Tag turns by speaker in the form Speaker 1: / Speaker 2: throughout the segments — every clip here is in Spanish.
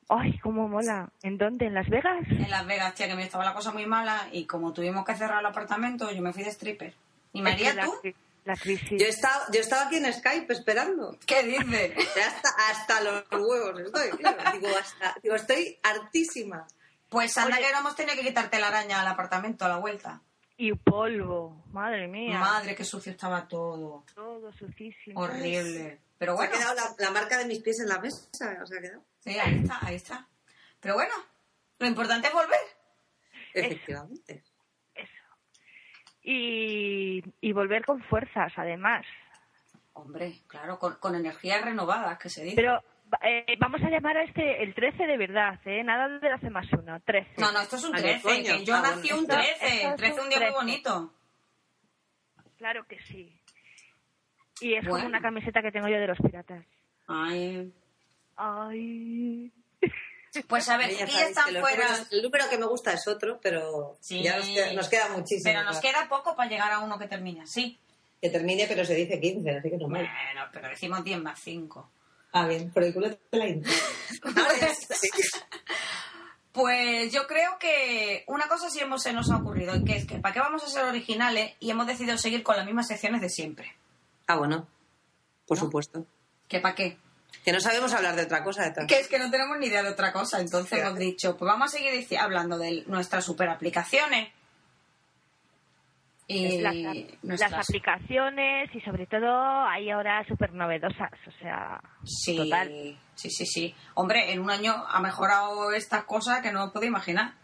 Speaker 1: Ay, cómo mola. ¿En dónde? ¿En Las Vegas?
Speaker 2: en Las Vegas, tía, que me estaba la cosa muy mala y como tuvimos que cerrar el apartamento, yo me fui de stripper. ¿Y María,
Speaker 1: Es que la
Speaker 2: tú?
Speaker 1: cri- La, crisis.
Speaker 3: Yo he, estado, yo he estado aquí en Skype esperando.
Speaker 2: ¿Qué dices?
Speaker 3: Ya hasta, hasta los huevos estoy. tío. Digo, hasta, digo, estoy hartísima.
Speaker 2: Pues anda
Speaker 1: Oye.
Speaker 2: que no hemos tenido que quitarte la araña al apartamento a la vuelta.
Speaker 1: Y polvo. Madre mía.
Speaker 2: Madre, qué sucio estaba todo.
Speaker 1: Todo sucísimo.
Speaker 2: Horrible. Pero
Speaker 3: Se ha
Speaker 2: bueno,
Speaker 3: quedado la, la marca de mis pies en la mesa. Se ha quedado.
Speaker 2: sí, ahí está, ahí está. Pero bueno, lo importante es volver. Eh,
Speaker 3: Efectivamente.
Speaker 1: Y, y volver con fuerzas, además.
Speaker 2: Hombre, claro, con, con energías renovadas, que se dice.
Speaker 1: Pero eh, vamos a llamar a este el 13 de verdad, ¿eh? Nada de la hace más uno, 13.
Speaker 2: No, no, esto es un
Speaker 3: Ah, no,
Speaker 2: 13.
Speaker 3: coño.
Speaker 2: que yo
Speaker 3: Ah,
Speaker 2: nací
Speaker 3: bueno.
Speaker 2: un 13.
Speaker 1: Esto
Speaker 2: El
Speaker 1: es
Speaker 2: 13 es un día muy
Speaker 1: un 13.
Speaker 2: bonito.
Speaker 1: Claro que sí. Y es
Speaker 2: Bueno.
Speaker 1: como una camiseta que tengo yo de los piratas.
Speaker 2: Ay.
Speaker 1: Ay.
Speaker 2: Pues a ver,
Speaker 3: Ya
Speaker 2: y
Speaker 3: sabéis
Speaker 2: están
Speaker 3: que los
Speaker 2: fuera.
Speaker 3: números- el número que me gusta es otro, pero
Speaker 2: Sí.
Speaker 3: ya nos queda, nos queda muchísimo.
Speaker 2: Pero nos
Speaker 3: para
Speaker 2: queda poco para llegar a uno que termina. Sí.
Speaker 3: Que termine, pero se dice 15, así que no mal.
Speaker 2: Bueno, pero decimos 10 más 5.
Speaker 3: Ah, bien, por el culo de la India.
Speaker 2: Pues yo creo que una cosa sí hemos, se nos ha ocurrido, y que es que ¿para qué vamos a ser originales? Y hemos decidido seguir con las mismas secciones de siempre.
Speaker 3: Ah, bueno, por supuesto.
Speaker 2: ¿Que para qué?
Speaker 3: Que no sabemos hablar de otra cosa. De otra
Speaker 2: Que es que no tenemos ni idea de otra cosa. Entonces
Speaker 3: Claro.
Speaker 2: hemos dicho, pues vamos a seguir dici- hablando de nuestras super aplicaciones. Y
Speaker 1: las, ap-
Speaker 2: nuestras-
Speaker 1: las aplicaciones y sobre todo hay ahora súper novedosas. O sea,
Speaker 2: Sí,
Speaker 1: total.
Speaker 2: sí, sí, sí. Hombre, en un año ha mejorado estas cosas que no os podéis imaginar.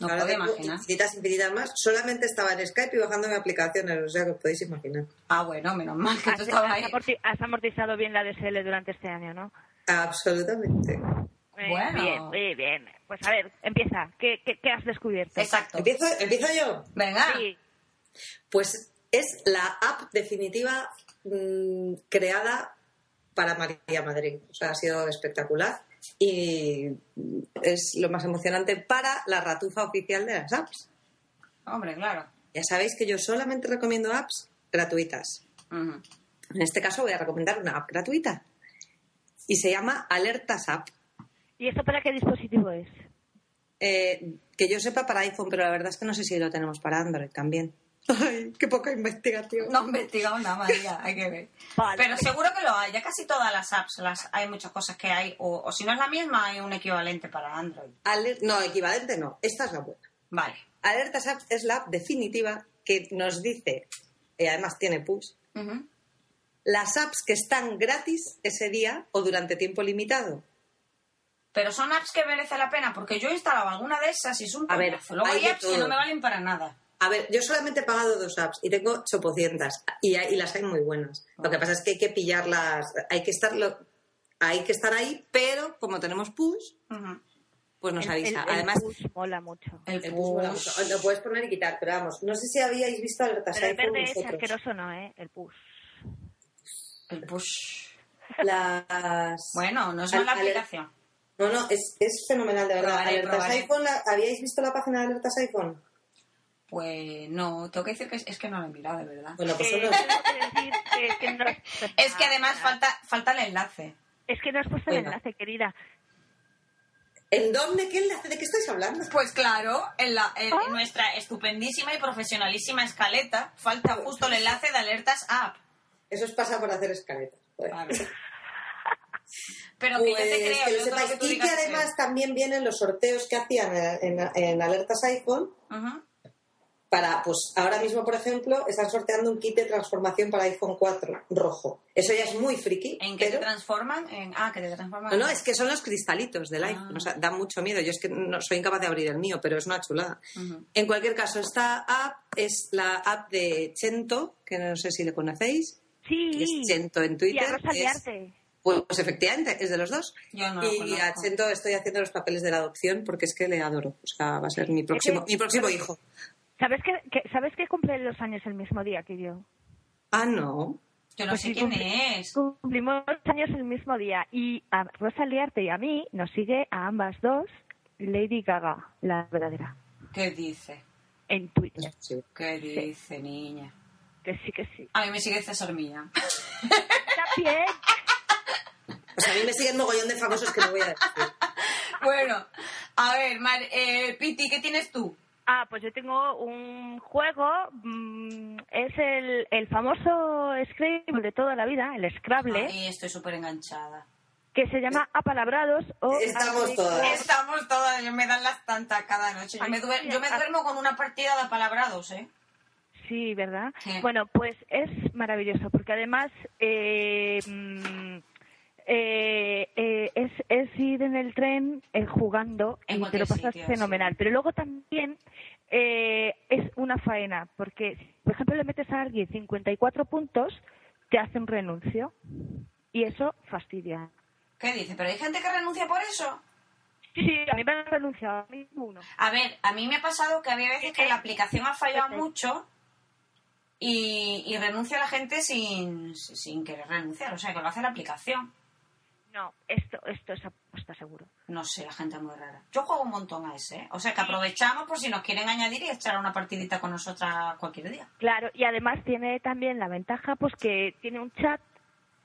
Speaker 2: No os
Speaker 3: Ahora
Speaker 2: podéis
Speaker 3: tengo
Speaker 2: imaginar.
Speaker 3: Infinitas, infinitas más. Solamente estaba en Skype y bajándome aplicaciones, o sea que os podéis imaginar.
Speaker 2: Ah, bueno, menos mal que
Speaker 1: Has,
Speaker 2: tú estabas
Speaker 1: has
Speaker 2: ahí.
Speaker 1: amorti- has amortizado bien la DSL durante este año, ¿no?
Speaker 3: Absolutamente.
Speaker 1: Eh,
Speaker 2: Bueno.
Speaker 1: Bien, muy bien. Pues a ver, empieza. ¿Qué, qué, qué has descubierto?
Speaker 2: Exacto.
Speaker 3: ¿Empiezo, ¿Empiezo yo?
Speaker 2: Venga.
Speaker 1: Sí.
Speaker 3: Pues es la app definitiva mm, creada para María Madrid. O sea, ha sido espectacular y mm, es lo más emocionante para la ratufa oficial de las apps.
Speaker 2: Hombre, claro.
Speaker 3: Ya sabéis que yo solamente recomiendo apps gratuitas.
Speaker 2: Ujú.
Speaker 3: En este caso voy a recomendar una app gratuita y se llama Alertas App.
Speaker 1: ¿Y esto para qué dispositivo es?
Speaker 3: Eh, que yo sepa para iPhone, pero la verdad es que no sé si lo tenemos para Android también. Ay, qué poca investigación.
Speaker 2: No he investigado nada, María, hay que ver.
Speaker 1: Vale.
Speaker 2: Pero seguro que lo hay, ya casi todas las apps, las, hay muchas cosas que hay, o, o si no es la misma, hay un equivalente para Android.
Speaker 3: Aler- no, equivalente no. Esta es la buena.
Speaker 2: Vale.
Speaker 3: Alertas Apps es la app definitiva que nos dice, y además tiene push,
Speaker 2: Ujú.
Speaker 3: las apps que están gratis ese día o durante tiempo limitado.
Speaker 2: Pero son apps que merece la pena, porque yo he instalado alguna de esas y es un
Speaker 3: A ver,
Speaker 2: coñazo. Luego
Speaker 3: hay
Speaker 2: hay
Speaker 3: de
Speaker 2: apps que
Speaker 3: todo.
Speaker 2: no me valen para nada.
Speaker 3: A ver, yo solamente he pagado dos apps y tengo 800 y, hay- y las hay muy buenas. Lo que pasa es que hay que pillarlas, hay que estar, lo- hay que estar ahí, pero como tenemos push,
Speaker 2: Ujú.
Speaker 3: pues nos
Speaker 1: El-
Speaker 3: avisa.
Speaker 1: el- el
Speaker 3: Además,
Speaker 1: push mola mucho.
Speaker 2: El
Speaker 3: el push mola
Speaker 2: push.
Speaker 3: mucho. Ah, pues- lo puedes poner y quitar, pero vamos, no sé si habíais visto alertas
Speaker 1: Pero el
Speaker 3: iPhone
Speaker 1: verde es
Speaker 3: vosotros.
Speaker 1: asqueroso, ¿no? ¿eh? El push.
Speaker 2: El push.
Speaker 3: Las...
Speaker 2: Bueno, no es
Speaker 3: Al-
Speaker 2: mala
Speaker 3: al-
Speaker 2: aplicación.
Speaker 3: No, no, es, es fenomenal, de verdad.
Speaker 2: Probaré,
Speaker 3: Alertas
Speaker 2: probaré.
Speaker 3: iPhone, la- ¿habíais visto la página de Alertas iPhone?
Speaker 2: Pues no, tengo que decir que es, es que no lo he mirado, de verdad.
Speaker 3: Bueno, pues Ah,
Speaker 1: Eh,
Speaker 3: solo-
Speaker 1: tengo que decir que es que no has puesto
Speaker 2: Es que además
Speaker 1: nada.
Speaker 2: falta, falta el enlace.
Speaker 1: Es que no has puesto el
Speaker 3: Venga.
Speaker 1: enlace, querida.
Speaker 3: ¿En dónde? ¿Qué enlace? ¿De qué estáis hablando?
Speaker 2: Pues claro, en, la, en
Speaker 1: Ah.
Speaker 2: nuestra estupendísima y profesionalísima escaleta falta justo el enlace de alertas app.
Speaker 3: Eso os pasa por hacer escaletas. joder.
Speaker 2: Pero que
Speaker 3: Pues,
Speaker 2: yo te creo.
Speaker 3: que lo
Speaker 2: yo todo lo
Speaker 3: sepáis.
Speaker 2: que tú
Speaker 3: y que
Speaker 2: digas te
Speaker 3: además también vienen los sorteos que hacían en, en- en alertas iPhone
Speaker 2: creo. Ujú.
Speaker 3: para, pues ahora mismo, por ejemplo, están sorteando un kit de transformación para iPhone 4 rojo. Eso ya es muy friki.
Speaker 2: ¿En qué te
Speaker 3: pero-
Speaker 2: transforman? En- ah, que te transforman.
Speaker 3: No, no, es que son los cristalitos del
Speaker 2: Ah.
Speaker 3: iPhone. O sea, da mucho miedo. Yo es que no soy incapaz de abrir el mío, pero es una chulada.
Speaker 2: Ujú.
Speaker 3: En cualquier caso, esta app es la app de Chento, que no sé si le conocéis. que
Speaker 1: Sí.
Speaker 3: Es Chento en
Speaker 1: Y
Speaker 3: Twitter.
Speaker 1: a Rosa
Speaker 3: es-
Speaker 1: Liarte.
Speaker 3: pues, pues efectivamente, es de los dos.
Speaker 2: Yo no lo
Speaker 3: y
Speaker 2: conozco.
Speaker 3: a Chento estoy haciendo los papeles de la adopción porque es que le adoro. O sea, va a ser mi próximo,
Speaker 1: Ese-
Speaker 3: mi próximo hijo.
Speaker 1: ¿Sabes que, que- ¿Sabes que cumple los años el mismo día que yo?
Speaker 3: Ah, no.
Speaker 2: Yo no
Speaker 1: Pues
Speaker 2: sé
Speaker 1: sí,
Speaker 2: quién
Speaker 1: cumple-
Speaker 2: es.
Speaker 1: Cumplimos los años el mismo día y a Rosa Liarte y a mí nos sigue a ambas dos Lady Gaga, la verdadera,
Speaker 2: ¿Qué dice?
Speaker 1: en Twitter.
Speaker 3: Sí.
Speaker 2: ¿Qué dice, niña?
Speaker 1: Que sí, que sí.
Speaker 2: A mí me sigue César Millán.
Speaker 1: También.
Speaker 3: Pues a mí me siguen mogollón de famosos que no voy a decir.
Speaker 2: bueno, a ver, Mar- eh, Piti, ¿qué tienes tú?
Speaker 1: Ah, pues yo tengo un juego, mm, es el, el famoso Scrabble de toda la vida, el Scrabble,
Speaker 2: Ay, estoy súper enganchada.
Speaker 1: que se llama Apalabrados o...
Speaker 3: Estamos todas.
Speaker 2: Estamos todas, me dan las tantas cada noche. Yo
Speaker 1: Ay,
Speaker 2: me, duer-
Speaker 1: sí,
Speaker 2: yo me
Speaker 1: a-
Speaker 2: duermo con una partida de apalabrados, ¿eh?
Speaker 1: Sí, ¿verdad?
Speaker 2: Sí.
Speaker 1: Bueno, pues es maravilloso, porque además eh, mm, eh, eh, es, es ir en el tren eh, jugando
Speaker 2: En
Speaker 1: y te
Speaker 2: cualquier
Speaker 1: lo pasas
Speaker 2: sitio,
Speaker 1: fenomenal.
Speaker 2: sí.
Speaker 1: Pero luego también eh, es una faena, porque si, por ejemplo, le metes a alguien 54 puntos, te hace un renuncio. Y eso fastidia.
Speaker 2: ¿Qué dice? ¿Pero hay gente que renuncia por eso?
Speaker 1: Sí, sí, a mí me han renunciado a mí uno.
Speaker 2: A ver, a mí me ha pasado que había veces que la aplicación ha fallado mucho y, y renuncia la gente sin, sin querer renunciar. O sea, que lo hace la aplicación.
Speaker 1: No, esto, esto es apuesta seguro.
Speaker 2: No sé, la gente es muy rara. Yo juego un montón a ese. ¿eh? O sea, que aprovechamos por si nos quieren añadir y echar una partidita con nosotras cualquier día.
Speaker 1: Claro, y además tiene también la ventaja pues que tiene un chat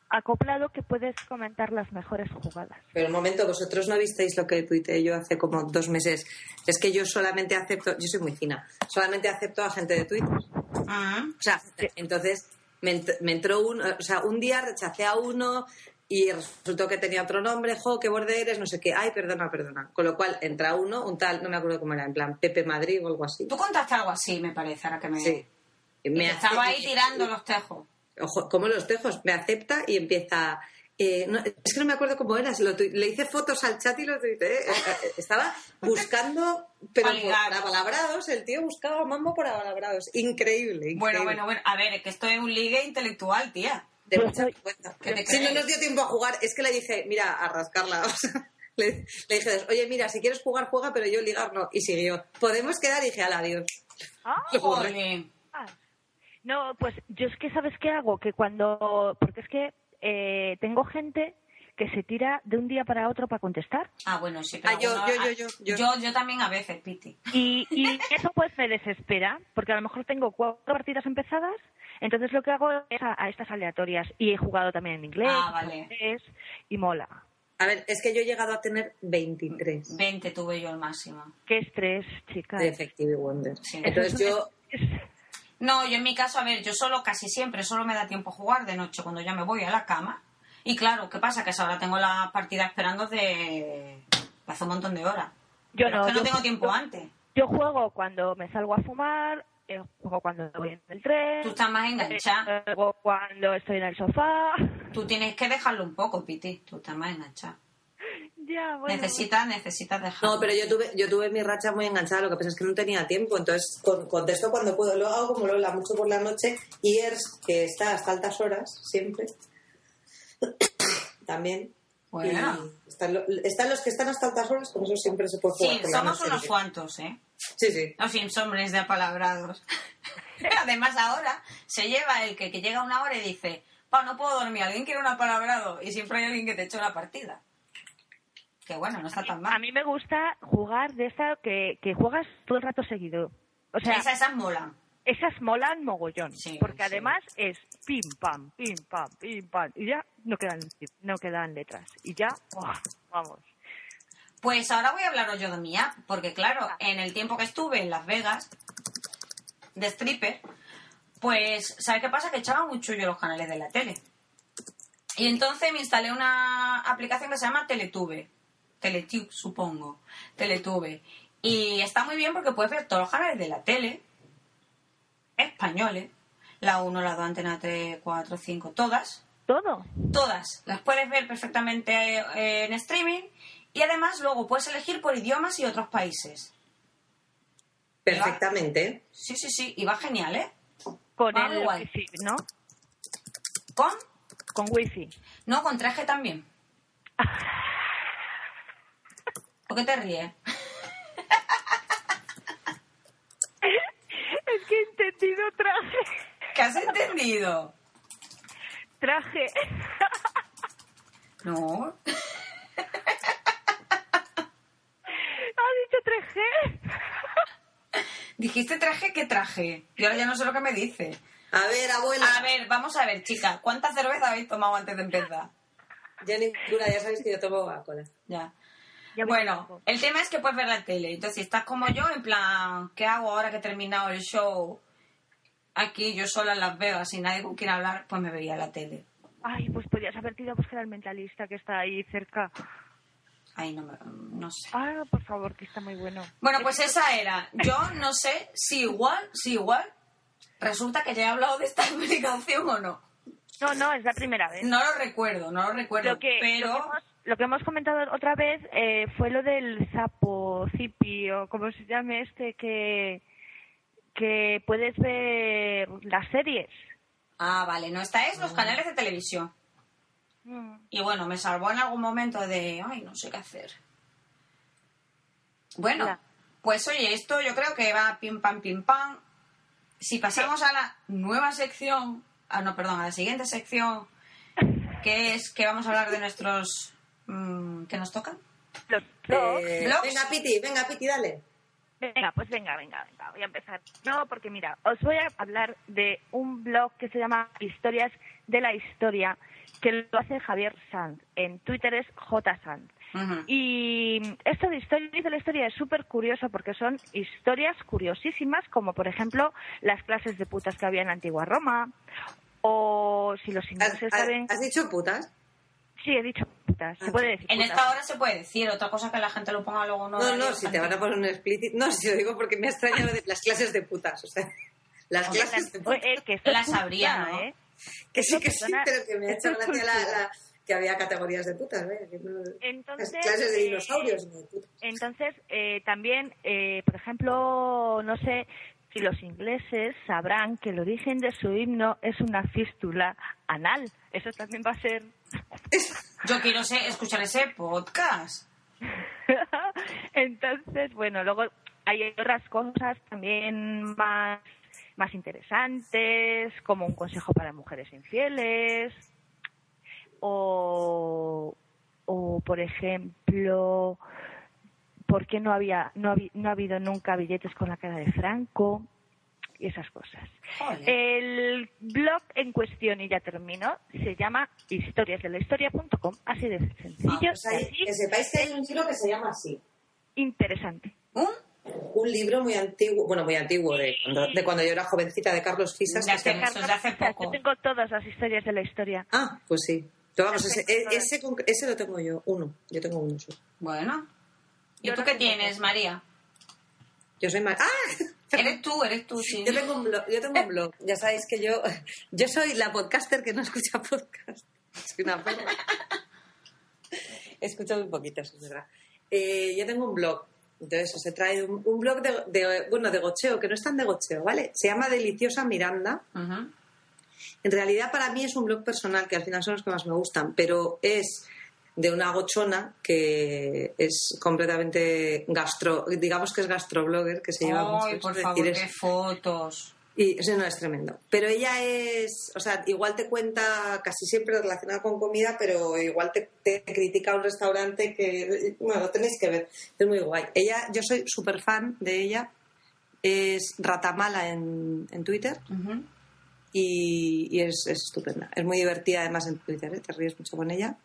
Speaker 1: acoplado que puedes comentar las mejores jugadas.
Speaker 3: Pero un momento, vosotros no visteis lo que tuiteé yo hace como dos meses. Es que yo solamente acepto, yo soy muy fina, solamente acepto a gente de Twitter. O
Speaker 1: Mm.
Speaker 2: Ah,
Speaker 3: sea, entonces me, ent- me entró un, o sea, un día rechacé a uno y resultó que tenía otro nombre, jo, qué borde eres, no sé qué, ay, perdona, perdona. Con lo cual entra uno, un tal, no me acuerdo cómo era, en plan Pepe Madrid o algo así.
Speaker 2: Tú contaste algo así, me parece, ahora que me...
Speaker 3: Sí. Y
Speaker 2: que
Speaker 3: me
Speaker 2: estaba
Speaker 3: hace-
Speaker 2: ahí tirando los tejos.
Speaker 3: ojo, como los tejos, me acepta y empieza. eh, no, es que no me acuerdo cómo eras. lo tu- le hice fotos al chat y lo tuiteé. Eh, eh, Estaba buscando, pero por,
Speaker 2: Paligar.
Speaker 3: por apalabrados, el tío buscaba mambo por apalabrados. Increíble, increíble.
Speaker 2: Bueno, bueno, bueno. A ver, es que esto es un ligue intelectual, tía.
Speaker 3: De
Speaker 1: Yo
Speaker 3: mucha
Speaker 1: soy-
Speaker 3: vergüenza.
Speaker 2: ¿Qué te
Speaker 3: Si no
Speaker 2: crees?
Speaker 3: nos dio tiempo a jugar, es que le dije, mira, a rascarla. o sea, le, le dije, oye, mira, si quieres jugar, juega, pero yo ligar no. Y siguió. Podemos quedar, y dije, al adiós. Qué pobre.
Speaker 2: Jolín.
Speaker 1: Ah. No, pues yo es que sabes qué hago, que cuando porque es que eh, tengo gente que se tira de un día para otro para contestar
Speaker 2: Ah, bueno, sí, pero
Speaker 3: Ah, yo-
Speaker 2: alguno-
Speaker 3: yo- yo- yo- yo.
Speaker 2: yo, yo también a veces, Piti.
Speaker 1: y, y eso pues me desespera porque a lo mejor tengo cuatro partidas empezadas, entonces lo que hago es a, a estas aleatorias y he jugado también en inglés,
Speaker 2: Ah, vale.
Speaker 1: en francés, y mola.
Speaker 3: A ver, es que yo he llegado a tener 23
Speaker 2: 20 tuve yo el máximo.
Speaker 1: Qué estrés, chicas.
Speaker 3: de Effective Wonder.
Speaker 2: Sí.
Speaker 3: Entonces yo
Speaker 2: No, yo en mi caso, a ver, yo solo casi siempre, solo me da tiempo a jugar de noche cuando ya me voy a la cama. Y claro, ¿qué pasa? Que ahora tengo la partida esperando de... hace un montón de horas.
Speaker 1: Yo
Speaker 2: Pero es
Speaker 1: no,
Speaker 2: que no
Speaker 1: yo-
Speaker 2: tengo tiempo
Speaker 1: yo-
Speaker 2: antes.
Speaker 1: Yo juego cuando me salgo a fumar, eh, juego cuando voy en el tren,
Speaker 2: Tú estás más enganchada.
Speaker 1: eh, juego cuando estoy en el sofá.
Speaker 2: Tú tienes que dejarlo un poco, Piti. Tú estás más enganchada.
Speaker 1: ya, bueno.
Speaker 2: Necesitas, necesitas dejarlo.
Speaker 3: No, pero yo tuve, yo tuve mi racha muy enganchada, lo que pasa es que no tenía tiempo, entonces con- contesto cuando puedo. Lo hago como Lola, mucho por la noche. Y Ers, que está hasta altas horas, siempre. También.
Speaker 2: Bueno.
Speaker 3: Y Están, lo- están los que están hasta altas horas, como eso siempre se puede jugar.
Speaker 2: Sí,
Speaker 3: por la
Speaker 2: somos
Speaker 3: noche.
Speaker 2: unos cuantos, ¿eh?
Speaker 3: Sí, sí.
Speaker 2: Los insomnes de apalabrados. Además, ahora se lleva el que, que llega una hora y dice, pa, no puedo dormir, alguien quiere un apalabrado. Y siempre hay alguien que te echa una partida. Que bueno, no está tan
Speaker 1: A
Speaker 2: mal.
Speaker 1: mí me gusta jugar de esta que, que juegas todo el rato seguido. O sea,
Speaker 2: Esa- esas molan.
Speaker 1: esas molan mogollón.
Speaker 2: Sí,
Speaker 1: porque
Speaker 2: sí.
Speaker 1: además es pim, pam, pim, pam, pim, pam. Y ya no quedan, no quedan letras. Y ya, ¡buah! vamos.
Speaker 2: Pues ahora voy a hablaros yo de mi app, porque claro, en el tiempo que estuve en Las Vegas de stripper, pues, ¿sabes qué pasa? Que echaba muy chullo los canales de la tele. Y entonces me instalé una aplicación que se llama Teletube. Teletube, supongo. Teletube. Y está muy bien porque puedes ver todos los canales de la tele. Españoles. La 1, la 2, Antena 3, 4, 5, todas.
Speaker 1: Todo.
Speaker 2: Todas. Las puedes ver perfectamente eh, en streaming. Y además luego puedes elegir por idiomas y otros países.
Speaker 3: Perfectamente.
Speaker 2: Sí, sí, sí. Y va genial, ¿eh?
Speaker 1: Con
Speaker 2: Ah,
Speaker 1: el
Speaker 2: guay.
Speaker 1: wifi, ¿no?
Speaker 2: Con...
Speaker 1: Con wifi.
Speaker 2: No, con traje también. ¿Por qué te ríes?
Speaker 1: Es que he entendido traje.
Speaker 2: ¿Qué has entendido?
Speaker 1: Traje.
Speaker 2: No,
Speaker 1: ¿Has ¡Ah, dicho 3G?
Speaker 2: Dijiste traje, ¿qué traje? Y ahora ya no sé lo que me dice.
Speaker 3: A ver, abuela.
Speaker 2: A ver, vamos a ver, chica, ¿cuánta cerveza habéis tomado antes de empezar?
Speaker 3: Ya ninguna, ya sabéis que yo tomo Coca-Cola.
Speaker 2: Ya.
Speaker 1: Ya me
Speaker 2: Bueno,
Speaker 1: equivoco.
Speaker 2: el tema es que puedes ver la tele. Entonces, si estás como yo, en plan, ¿qué hago ahora que he terminado el show? Aquí, yo sola en Las Vegas, sin nadie con quien hablar, pues me vería la tele.
Speaker 1: Ay, pues podías haberte ido a buscar al mentalista que está ahí cerca.
Speaker 2: Ay, no, me- no sé.
Speaker 1: Ah, por favor, que está muy bueno.
Speaker 2: Bueno, pues esa era. Yo no sé si igual, si igual, resulta que ya he hablado de esta aplicación o no.
Speaker 1: No, no, es la primera vez.
Speaker 2: No lo recuerdo, no lo recuerdo.
Speaker 1: lo que,
Speaker 2: pero...
Speaker 1: lo que hemos, lo que hemos comentado otra vez eh, fue lo del sapo, cipi o como se llame este, que, que puedes ver las series.
Speaker 2: Ah, vale, no está es los canales de televisión.
Speaker 1: Mm.
Speaker 2: Y bueno, me salvó en algún momento de, ay, no sé qué hacer. Bueno,
Speaker 1: Ya.
Speaker 2: pues oye, esto yo creo que va pim pam pim pam. Si pasamos a la nueva sección, ah, no, perdón, a la siguiente sección, que es que vamos a hablar de nuestros mm, que nos tocan.
Speaker 1: Los blogs.
Speaker 3: Eh,
Speaker 2: Blogs.
Speaker 3: venga, Piti, venga, Piti, dale.
Speaker 1: Venga, pues venga, venga, venga, voy a empezar. No, porque mira, os voy a hablar de un blog que se llama Historias de la Historia, que lo hace Javier Sanz. En Twitter es J. Sanz.
Speaker 2: Ujú.
Speaker 1: Y esto de historias de la historia es súper curioso porque son historias curiosísimas, como por ejemplo las clases de putas que había en la antigua Roma, o si los
Speaker 3: ¿Has,
Speaker 1: ingleses
Speaker 3: has-
Speaker 1: saben.
Speaker 3: has dicho putas?
Speaker 1: Sí, he dicho putas, se puede decir.
Speaker 2: En
Speaker 1: putas.
Speaker 2: esta hora se puede decir otra cosa que la gente lo ponga luego no.
Speaker 3: No, no, si te van a poner un split. No, si lo digo porque me ha extrañado de las clases de putas. O sea, las clases de putas.
Speaker 1: Oye, eh, que esto es
Speaker 2: Las habría,
Speaker 1: cultura,
Speaker 2: ¿no?
Speaker 1: ¿eh?
Speaker 3: Que sí, que sí,
Speaker 1: perdona,
Speaker 3: pero que me ha hecho
Speaker 1: esto es
Speaker 3: gracia la,
Speaker 1: cultura.
Speaker 3: la- que había categorías de putas. ¿eh? Que no-
Speaker 1: Entonces,
Speaker 3: las clases de
Speaker 1: eh,
Speaker 3: dinosaurios. no de putas.
Speaker 1: Entonces, eh, también, eh, por ejemplo, no sé si los ingleses sabrán que el origen de su himno es una fístula anal. Eso también va a ser.
Speaker 2: Yo quiero ser- escuchar ese podcast.
Speaker 1: Entonces, bueno, luego hay otras cosas también más, más interesantes, como un consejo para mujeres infieles, o, o por ejemplo, ¿por qué no, había, no, habi- no ha habido nunca billetes con la cara de Franco? Y esas cosas. Eh.
Speaker 2: Joder.
Speaker 1: El blog en cuestión, y ya termino, se llama historiasdelahistoria.com, así de
Speaker 2: Ah,
Speaker 1: sencillo,
Speaker 3: O sea,
Speaker 1: y así
Speaker 3: que sepáis que hay un libro que se llama así.
Speaker 1: interesante.
Speaker 2: ¿Un?
Speaker 3: Un libro muy antiguo, bueno, muy antiguo, de cuando, de cuando yo era jovencita, de Carlos Fisas.
Speaker 2: Ya
Speaker 3: que se
Speaker 2: sé.
Speaker 3: llama-
Speaker 2: Eso es de hace poco.
Speaker 1: Yo tengo todas las historias de la historia.
Speaker 3: Ah, pues sí. Pero vamos, ese, e-,
Speaker 1: Perfecto.
Speaker 3: ese, conc- ese lo tengo yo, uno. Yo tengo uno solo.
Speaker 2: Bueno. ¿Y
Speaker 1: Yo
Speaker 2: tú
Speaker 1: no
Speaker 2: qué
Speaker 1: tengo
Speaker 2: tienes, María?
Speaker 3: Yo soy más. ¡Ah!
Speaker 2: Eres tú, eres tú, sí.
Speaker 3: Yo tengo un blog, yo tengo un blog. Ya sabéis que yo, yo soy la podcaster que no escucha podcast. Soy una perra. Escucho muy poquitos, es verdad. Eh, yo tengo un blog. Entonces os he traído un, un blog de, de- bueno, de gocheo, que no es tan de gocheo, ¿vale? Se llama Deliciosa Miranda.
Speaker 2: Ujú.
Speaker 3: En realidad para mí es un blog personal, que al final son los que más me gustan, pero es de una gochona que es completamente gastro, digamos que es gastroblogger, que se lleva mucho
Speaker 2: Ay,
Speaker 3: eso
Speaker 2: por
Speaker 3: de
Speaker 2: favor,
Speaker 3: decir
Speaker 2: qué
Speaker 3: es-
Speaker 2: fotos.
Speaker 3: y eso no es tremendo. Pero ella es, o sea, igual te cuenta casi siempre relacionada con comida, pero igual te, te critica un restaurante que, bueno, lo tenéis que ver, es muy guay. Ella, yo soy súper fan de ella, es Ratamala en, en Twitter
Speaker 2: Ujú.
Speaker 3: y, y es, es estupenda. Es muy divertida además en Twitter, ¿eh? te ríes mucho con ella.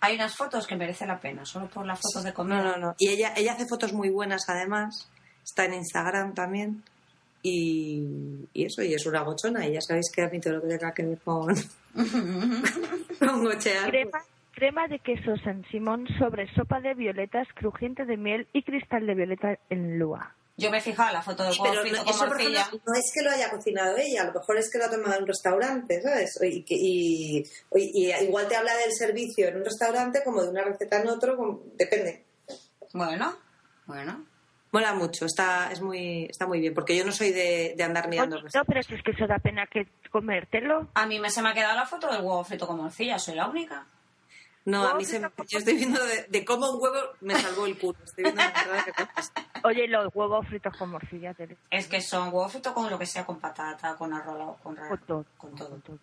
Speaker 2: Hay unas fotos que merece la pena, solo por las fotos de
Speaker 3: No,
Speaker 2: comida.
Speaker 3: no, no. Y ella, ella hace fotos muy buenas además. Está en Instagram también. Y, y eso, y es una gochona. Y ya sabéis que a mí todo lo que tenga que ver con, con gochear. pues,
Speaker 1: Crema, crema de queso San Simón sobre sopa de violetas, crujiente de miel y cristal de violeta en lúa.
Speaker 2: Yo me he fijado en la foto del huevo
Speaker 3: pues, Pero
Speaker 2: frito
Speaker 3: no,
Speaker 2: con
Speaker 3: eso, por
Speaker 2: morcilla.
Speaker 3: ejemplo, no es que lo haya cocinado ella, a lo mejor es que lo ha tomado en un restaurante, ¿sabes? Y, que- y, y- y igual te habla del servicio en un restaurante como de una receta en otro, como- depende.
Speaker 2: Bueno, bueno.
Speaker 3: Mola mucho, está, es muy, está muy bien, porque yo no soy de, de andar mirando
Speaker 1: Oye, no,
Speaker 3: restaurantes.
Speaker 1: pero si es que eso da pena que comértelo.
Speaker 2: A mí me se me ha quedado la foto del huevo frito con morcilla, soy la única.
Speaker 3: No, a
Speaker 1: no,
Speaker 3: mí se,
Speaker 1: tampoco.
Speaker 3: yo estoy viendo de, de cómo un huevo me salvó el culo. Estoy viendo la verdad que cosas.
Speaker 1: Oye, y los huevos fritos con morcilla de
Speaker 2: Es que son huevo frito con lo que sea, con patata, con arroz, o con, ra-
Speaker 1: con todo.
Speaker 2: Ah, con
Speaker 1: con
Speaker 2: todo.
Speaker 1: todo.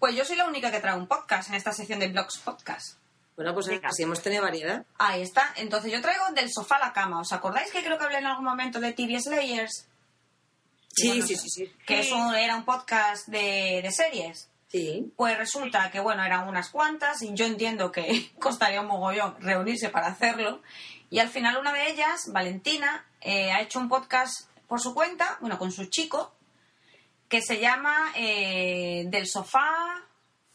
Speaker 2: Pues yo soy la única que trae un podcast en esta sección de blogs podcast.
Speaker 3: Bueno, pues
Speaker 1: Venga.
Speaker 3: así hemos tenido variedad.
Speaker 2: Ahí está. Entonces yo traigo del sofá a la cama. ¿Os acordáis que creo que hablé en algún momento de TV Slayers?
Speaker 3: Sí,
Speaker 2: Bueno,
Speaker 3: sí, sí, sí.
Speaker 2: Que
Speaker 1: Sí.
Speaker 2: es un- era un podcast de, de series.
Speaker 3: Sí.
Speaker 2: Pues resulta que, bueno, eran unas cuantas y yo entiendo que costaría un mogollón reunirse para hacerlo. Y al final una de ellas, Valentina, eh, ha hecho un podcast por su cuenta, bueno, con su chico, que se llama eh, Del sofá...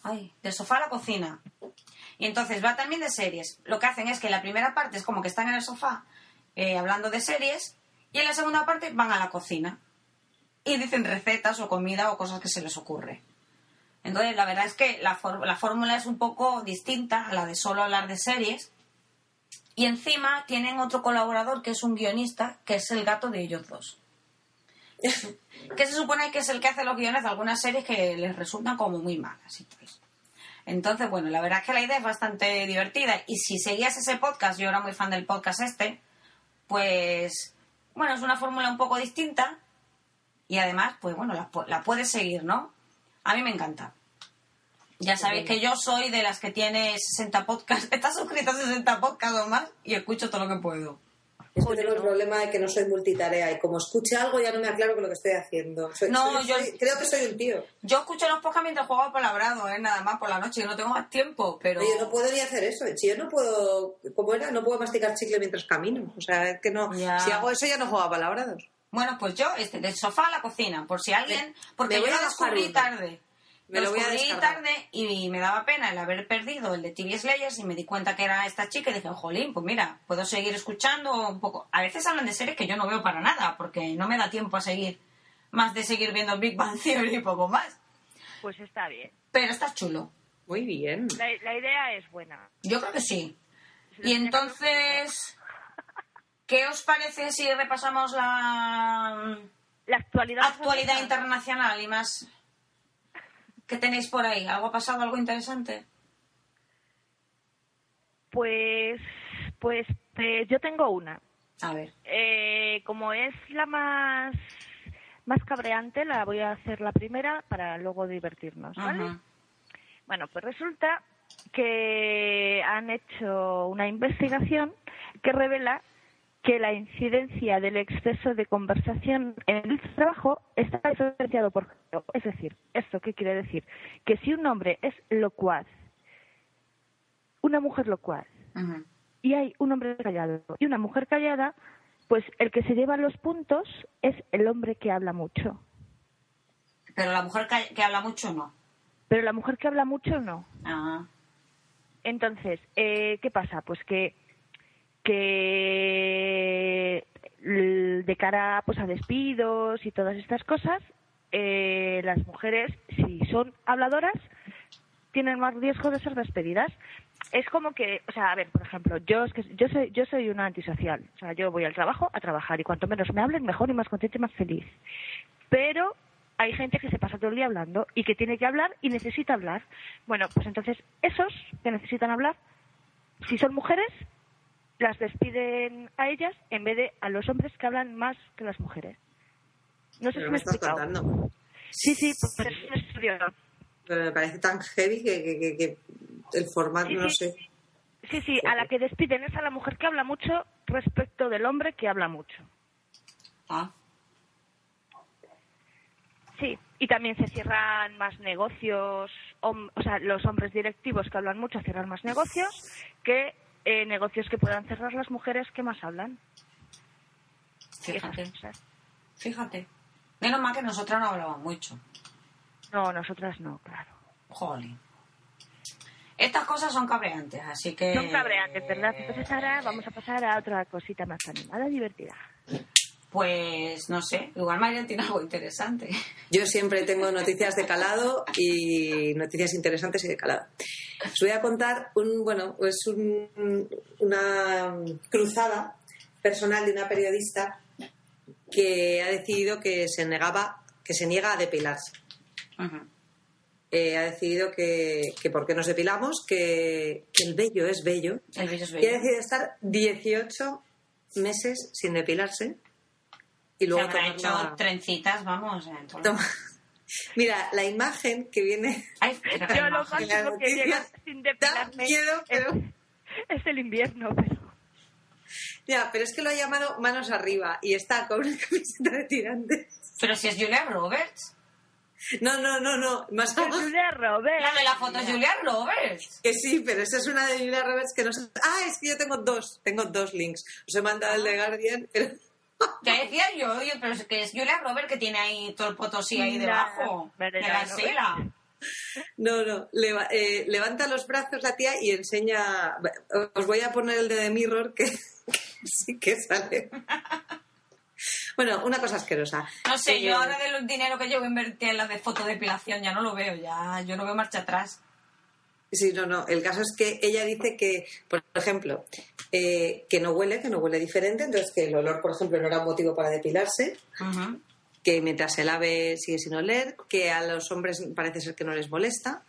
Speaker 2: Ay, del sofá a la cocina. Y entonces va también de series. Lo que hacen es que la primera parte es como que están en el sofá eh, hablando de series y en la segunda parte van a la cocina y dicen recetas o comida o cosas que se les ocurre. Entonces, la verdad es que la, for- la fórmula es un poco distinta a la de solo hablar de series. Y encima tienen otro colaborador que es un guionista, que es el gato de ellos dos. que se supone que es el que hace los guiones de algunas series que les resultan como muy malas. y tal. Entonces, bueno, la verdad es que la idea es bastante divertida. Y si seguías ese podcast, yo era muy fan del podcast este, pues, bueno, es una fórmula un poco distinta. Y además, pues bueno, la, pu- la puedes seguir, ¿no? A mí me encanta. Ya sabéis que yo soy de las que tiene 60 podcasts. Estás suscrita a 60 podcasts o más y escucho todo lo que puedo.
Speaker 3: Es que tengo el problema de que no soy multitarea y como escuche algo ya no me aclaro con lo que estoy haciendo. Soy-
Speaker 2: No,
Speaker 3: soy-
Speaker 2: yo-
Speaker 3: soy- creo que soy un tío.
Speaker 2: Yo escucho los podcasts mientras juego a palabrado, ¿eh? Nada más por la noche. Yo no tengo más tiempo, pero...
Speaker 3: Yo no puedo ni hacer eso. Si yo no puedo, como era, no puedo masticar chicle mientras camino. O sea, es que no.
Speaker 2: Ya.
Speaker 3: Si hago eso ya no juego a palabrados.
Speaker 2: Bueno, pues yo, este, del sofá a la cocina, por si alguien, porque
Speaker 3: me
Speaker 2: yo
Speaker 3: voy
Speaker 2: lo
Speaker 3: a bajar
Speaker 2: descubrí
Speaker 3: uno.
Speaker 2: tarde.
Speaker 3: Me lo voy a
Speaker 2: descubrí
Speaker 3: descargar.
Speaker 2: tarde y me daba pena el haber perdido el de TV Slayers y me di cuenta que era esta chica y dije, jolín, pues mira, puedo seguir escuchando un poco. A veces hablan de series que yo no veo para nada porque no me da tiempo a seguir, más de seguir viendo Big Bang Theory y poco más.
Speaker 1: Pues está bien.
Speaker 2: Pero está chulo,
Speaker 3: Muy bien.
Speaker 1: La, la idea Pues es buena.
Speaker 2: yo creo que sí.
Speaker 1: Se lo
Speaker 2: Y
Speaker 1: tenía que haber
Speaker 2: entonces, ¿qué os parece si repasamos la...
Speaker 1: La actualidad.
Speaker 2: actualidad internacional y más ¿Qué tenéis por ahí? ¿Algo ha pasado? ¿Algo interesante?
Speaker 1: Pues, pues eh, yo tengo una.
Speaker 2: A ver.
Speaker 1: Eh, como es la más más cabreante, la voy a hacer la primera para luego divertirnos, ¿vale?
Speaker 2: Ajá.
Speaker 1: Bueno, pues resulta que han hecho una investigación que revela que la incidencia del exceso de conversación en el trabajo está diferenciado por género. Es decir, ¿esto qué quiere decir? Que si un hombre es locuaz, una mujer locuaz,
Speaker 2: Ajá.
Speaker 1: y hay un hombre callado y una mujer callada, pues el que se lleva los puntos es el hombre que habla mucho.
Speaker 2: Pero la mujer ca- que, habla mucho no.
Speaker 1: Pero la mujer que habla mucho no.
Speaker 2: Ah.
Speaker 1: Entonces, eh, ¿qué pasa? Pues que, que l- de cara pues, a despidos y todas estas cosas, eh, las mujeres, si son habladoras, tienen más riesgo de ser despedidas. Es como que, o sea, a ver, por ejemplo, yo, es que, yo, soy, yo soy una antisocial. O sea, yo voy al trabajo a trabajar y cuanto menos me hablen, mejor y más contenta y más feliz. pero hay gente que se pasa todo el día hablando y que tiene que hablar y necesita hablar. Bueno, pues entonces esos que necesitan hablar, si son mujeres, las despiden a ellas en vez de a los hombres que hablan más que las mujeres. No sé
Speaker 3: Pero
Speaker 1: si
Speaker 3: me
Speaker 1: me he
Speaker 3: estás
Speaker 1: explicado.
Speaker 3: contando.
Speaker 1: Sí, sí, pues es un estudio.
Speaker 3: Pero me parece tan heavy que, que- que- que el formato,
Speaker 1: Sí,
Speaker 3: no
Speaker 1: sí.
Speaker 3: sé.
Speaker 1: Sí, sí, a la que despiden es a la mujer que habla mucho respecto del hombre que habla mucho.
Speaker 2: Ah.
Speaker 1: Sí, y también se cierran más negocios, hom- o sea, los hombres directivos que hablan mucho cierran más negocios que eh, negocios que puedan cerrar las mujeres que más hablan. Y esas
Speaker 2: Fíjate,
Speaker 1: cosas.
Speaker 2: fíjate. Menos mal que nosotras no hablamos mucho.
Speaker 1: No, nosotras no, claro.
Speaker 2: Jolín. Estas cosas son cabreantes, así
Speaker 3: Eh,
Speaker 2: que...
Speaker 1: Son cabreantes, ¿verdad? Entonces ahora vamos a pasar a otra cosita más animada, divertida.
Speaker 2: Pues no sé, igual María tiene algo interesante.
Speaker 3: Yo siempre tengo noticias de calado y noticias interesantes y de calado. Os voy a contar un, bueno, es un- una cruzada personal de una periodista que ha decidido que se negaba, que se niega a depilarse.
Speaker 2: Ujú.
Speaker 3: Eh, ha decidido que, que por qué nos depilamos, que, que el vello es bello.
Speaker 2: El virus
Speaker 3: Y ha
Speaker 2: bello.
Speaker 3: decidido estar 18 meses sin depilarse y
Speaker 2: Se
Speaker 3: luego
Speaker 2: habrá
Speaker 3: tomar
Speaker 2: hecho
Speaker 3: la-
Speaker 2: trencitas, vamos. en todo el-
Speaker 3: Toma. Mira, la imagen que viene
Speaker 2: Ay, pero qué
Speaker 1: Yo lo
Speaker 2: imagen.
Speaker 3: la
Speaker 1: máximo que
Speaker 3: noticia
Speaker 1: llega sin
Speaker 3: da
Speaker 1: depilarme
Speaker 3: miedo,
Speaker 1: es,
Speaker 3: pero,
Speaker 1: es el invierno, pero...
Speaker 3: ya, pero es que lo ha llamado manos arriba y está con una camiseta de tirantes.
Speaker 2: Pero si es Julia Roberts.
Speaker 3: No, no, no, no, más
Speaker 1: Pero
Speaker 3: abajo
Speaker 1: Julia Roberts.
Speaker 2: La de la foto es Julia Roberts.
Speaker 3: que sí, pero esa es una de Julia Roberts que no sé. Ah, es que yo tengo dos, tengo dos links. Os he mandado el de Guardian, pero
Speaker 2: Ya decía yo, oye, pero es que es Julia Roberts que tiene ahí todo el potosí ahí
Speaker 1: No,
Speaker 2: debajo.
Speaker 1: pero
Speaker 2: De
Speaker 1: ya
Speaker 2: la
Speaker 1: no.
Speaker 2: axila.
Speaker 3: no, no. leva- eh, levanta los brazos la tía y enseña. Os voy a poner el de The Mirror que, que sí que sale. Bueno, una cosa asquerosa.
Speaker 2: No sé,
Speaker 3: Eh,
Speaker 2: yo ahora del dinero que llevo invertido en las de fotodepilación ya no lo veo, ya yo no veo marcha atrás.
Speaker 3: Sí, no, no. El caso es que ella dice que, por ejemplo, eh, que no huele, que no huele diferente, entonces que el olor, por ejemplo, no era un motivo para depilarse,
Speaker 2: Ujú.
Speaker 3: que mientras se lave sigue sin oler, que a los hombres parece ser que no les molesta.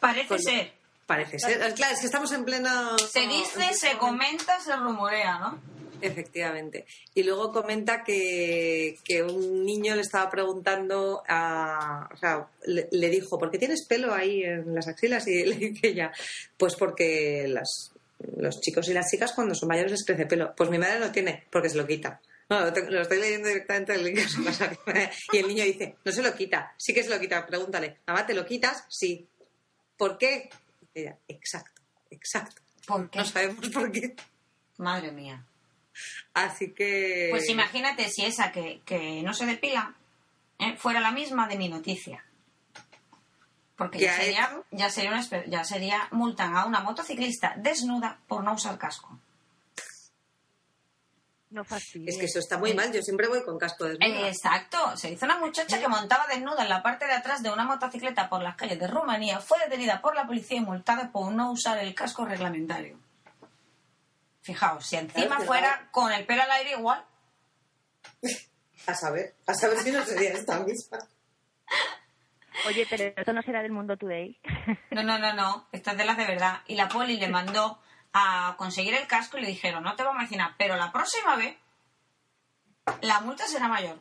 Speaker 2: Parece
Speaker 3: Con-
Speaker 2: ser.
Speaker 3: Parece ser. Eh, Claro, es que estamos en pleno.
Speaker 2: Se dice, se comenta, se rumorea, ¿no?
Speaker 3: Efectivamente. Y luego comenta que, que un niño le estaba preguntando a. O sea, le, le dijo, ¿por qué tienes pelo ahí en las axilas? Y le dice ella, pues porque las, los chicos y las chicas cuando son mayores les crece pelo. Pues mi madre lo tiene, porque se lo quita. No, lo, tengo- lo estoy leyendo directamente del link. que os he pasado. Y el niño dice, no se lo quita, sí que se lo quita. Pregúntale, mamá, ¿te lo quitas? Sí. ¿Por qué? Y ella, exacto, exacto.
Speaker 2: ¿Por qué?
Speaker 3: No sabemos por qué.
Speaker 2: Madre mía.
Speaker 3: Así que.
Speaker 2: Pues imagínate si esa que, que no se depila ¿eh? fuera la misma de mi noticia. Porque ya
Speaker 3: Ya es.
Speaker 2: sería, ya, sería una espe- ya sería multan a una motociclista desnuda por no usar casco.
Speaker 1: No fastidies.
Speaker 3: Es que eso está muy mal, yo siempre voy con casco desnudo.
Speaker 2: Exacto, se dice una muchacha que montaba desnuda en la parte de atrás de una motocicleta por las calles de Rumanía, fue detenida por la policía y multada por no usar el casco reglamentario. Fijaos, si encima
Speaker 3: Claro, pero-
Speaker 2: fuera con el pelo al aire igual,
Speaker 3: A saber, a saber si no sería esta misma.
Speaker 1: Oye, pero esto no será del mundo today.
Speaker 2: no, no, no, no, esta es de las de verdad. Y la poli le mandó a conseguir el casco y le dijeron, no te vamos a mencionar, pero la próxima vez la multa será mayor.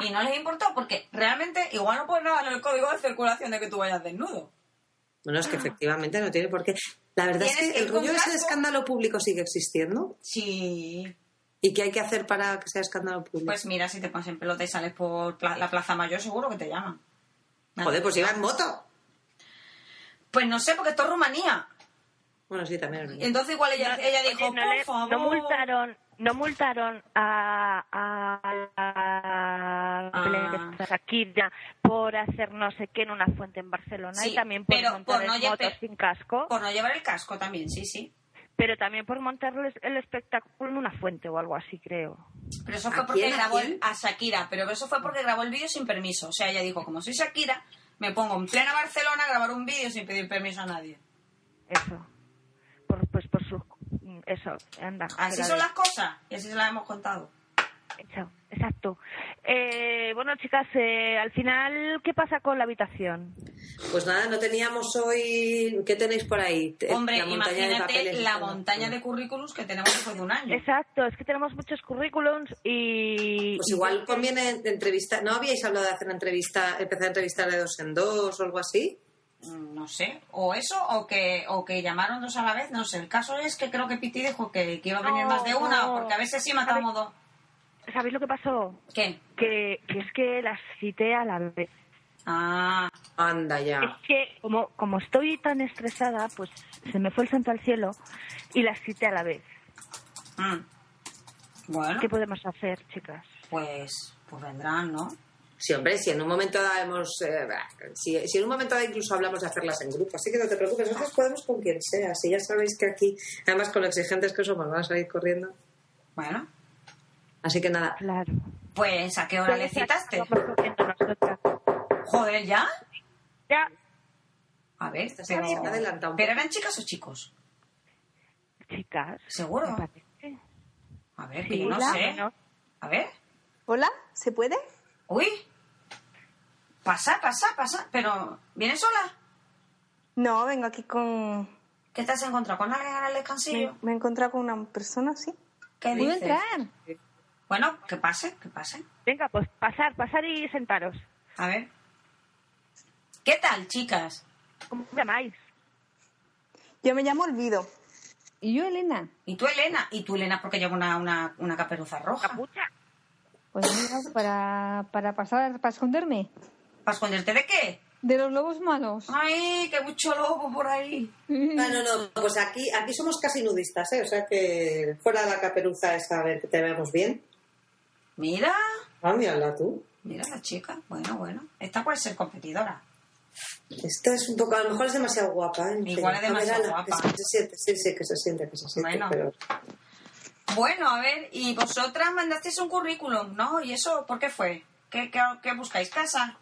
Speaker 2: Y no les importó porque realmente igual no ponen nada en el código de circulación de que tú vayas desnudo.
Speaker 3: Bueno, es que efectivamente no tiene por qué. La verdad es
Speaker 2: Tienes
Speaker 3: que
Speaker 2: que
Speaker 3: el
Speaker 2: ir con
Speaker 3: rollo ese de
Speaker 2: casco.
Speaker 3: escándalo público sigue existiendo.
Speaker 2: Sí,
Speaker 3: ¿Y qué hay que hacer para que sea escándalo público?
Speaker 2: Pues mira, si te pones en pelota y sales por pla- la Plaza Mayor, seguro que te llaman. Nada.
Speaker 3: Joder, pues iba en moto.
Speaker 2: Pues no sé, porque esto es Rumanía.
Speaker 3: Bueno, sí, también es
Speaker 2: Y
Speaker 3: verdad.
Speaker 2: entonces igual ella, ella
Speaker 1: Oye,
Speaker 2: dijo,
Speaker 1: no,
Speaker 2: por
Speaker 1: le-
Speaker 2: favor.
Speaker 1: no multaron, no multaron a, a, a-
Speaker 2: Ah.
Speaker 1: Belén, que está aquí ya, por hacer no sé qué en una fuente en Barcelona
Speaker 2: Sí,
Speaker 1: y también por
Speaker 2: pero
Speaker 1: montar
Speaker 2: por no
Speaker 1: en
Speaker 2: lle-
Speaker 1: motos
Speaker 2: pe-
Speaker 1: sin casco,
Speaker 2: Por no llevar el casco también, sí, sí.
Speaker 1: pero también por montar el, el espectáculo en una fuente o algo así, creo.
Speaker 2: Pero eso fue
Speaker 3: ¿A
Speaker 2: porque
Speaker 3: quién, a
Speaker 2: grabó el-
Speaker 3: quién?
Speaker 2: a Shakira, pero eso fue porque grabó el vídeo sin permiso. O sea, ella dijo, como soy Shakira, me pongo en plena Barcelona a grabar un vídeo sin pedir permiso a nadie.
Speaker 1: Eso. Por, pues por su... Eso, anda.
Speaker 3: Ah,
Speaker 2: Así
Speaker 1: fuera
Speaker 2: son
Speaker 1: de-
Speaker 2: las cosas, y así se las hemos contado.
Speaker 1: Eso, exacto. Eh, bueno, chicas, eh, al final, ¿qué pasa con la habitación?
Speaker 3: Pues nada, no teníamos hoy. ¿Qué tenéis por ahí? Eh,
Speaker 2: Hombre, imagínate la
Speaker 3: y todo.
Speaker 2: montaña de currículums que tenemos después de un año.
Speaker 1: Exacto, es que tenemos muchos currículums y...
Speaker 3: Pues igual conviene entrevistar. ¿No habíais hablado de hacer una entrevista, empezar a entrevistar de dos en dos o algo así?
Speaker 2: Mm, no sé, o eso, o que, o que llamaron dos a la vez, no sé. El caso es que creo que Piti dijo que, que iba a venir
Speaker 1: No,
Speaker 2: más de una,
Speaker 1: no.
Speaker 2: porque a veces sí matábamos dos.
Speaker 1: ¿Sabéis lo que pasó?
Speaker 2: ¿Qué?
Speaker 1: Que, que es que las cité a la vez.
Speaker 2: Ah,
Speaker 3: Anda
Speaker 1: Es
Speaker 3: ya.
Speaker 1: que como, como estoy tan estresada, pues se me fue el santo al cielo y las cité a la vez.
Speaker 2: mm. bueno,
Speaker 1: ¿Qué podemos hacer, chicas?
Speaker 2: pues, pues vendrán, ¿no?
Speaker 3: Sí, hombre, si en un momento dado hemos, eh, bah, si, si en un momento dado incluso hablamos de hacerlas en grupo, así que no te preocupes, nosotros podemos con quien sea, si ya sabéis que aquí, además con lo exigentes que somos, van a salir corriendo.
Speaker 2: Bueno,
Speaker 3: Así que nada,
Speaker 1: Claro.
Speaker 2: pues ¿a qué hora le citaste? Joder, ¿ya?
Speaker 1: Ya,
Speaker 2: A ver,
Speaker 3: Estás
Speaker 2: pero,
Speaker 3: adelantado un
Speaker 2: pero eran chicas o chicos?
Speaker 1: chicas.
Speaker 2: Seguro.
Speaker 1: me parece.
Speaker 2: A ver,
Speaker 1: Sí,
Speaker 2: que no
Speaker 1: hola.
Speaker 2: sé.
Speaker 1: Bueno.
Speaker 2: A ver,
Speaker 4: Hola, ¿se puede?
Speaker 2: uy. Pasa, pasa, pasa. Pero, ¿vienes sola?
Speaker 4: No, vengo aquí con...
Speaker 2: ¿Qué te has encontrado? ¿Con alguien en el
Speaker 4: Me,
Speaker 2: descansillo?
Speaker 4: me he encontrado con una persona, sí.
Speaker 2: ¿Qué
Speaker 5: ¿Puedo
Speaker 2: dices?
Speaker 5: entrar?
Speaker 2: Bueno, que pase, que pase.
Speaker 1: Venga, pues pasar, pasar y sentaros.
Speaker 2: A ver. ¿Qué tal, chicas?
Speaker 1: ¿Cómo os llamáis?
Speaker 4: Yo me llamo Olvido.
Speaker 5: ¿Y yo, Elena?
Speaker 2: ¿Y tú, Elena? ¿Y tú, Elena, porque lleva una, una, una caperuza roja?
Speaker 1: Capucha.
Speaker 5: Pues mira, para, para pasar, para esconderme.
Speaker 2: ¿Para esconderte de qué?
Speaker 5: De los lobos malos.
Speaker 2: ¡Ay, qué mucho lobo por ahí!
Speaker 3: No, no, no, pues aquí, aquí somos casi nudistas, ¿eh? O sea que fuera la caperuza esa, a ver que te veamos bien.
Speaker 2: Mira,
Speaker 3: Ah, mírala tú.
Speaker 2: mira la chica. Bueno, bueno. Esta puede ser competidora.
Speaker 3: Esta es un poco, a lo mejor es demasiado guapa. ¿eh? En fin,
Speaker 2: Igual es
Speaker 3: a ver,
Speaker 2: demasiado
Speaker 3: ala, que
Speaker 2: guapa.
Speaker 3: se- que se siente, sí, sí, que se siente, que se siente.
Speaker 2: Bueno.
Speaker 3: pero-
Speaker 2: Bueno, a ver, y vosotras mandasteis un currículum, ¿no? ¿Y eso por qué fue? ¿Qué, qué, qué buscáis? ¿Casa?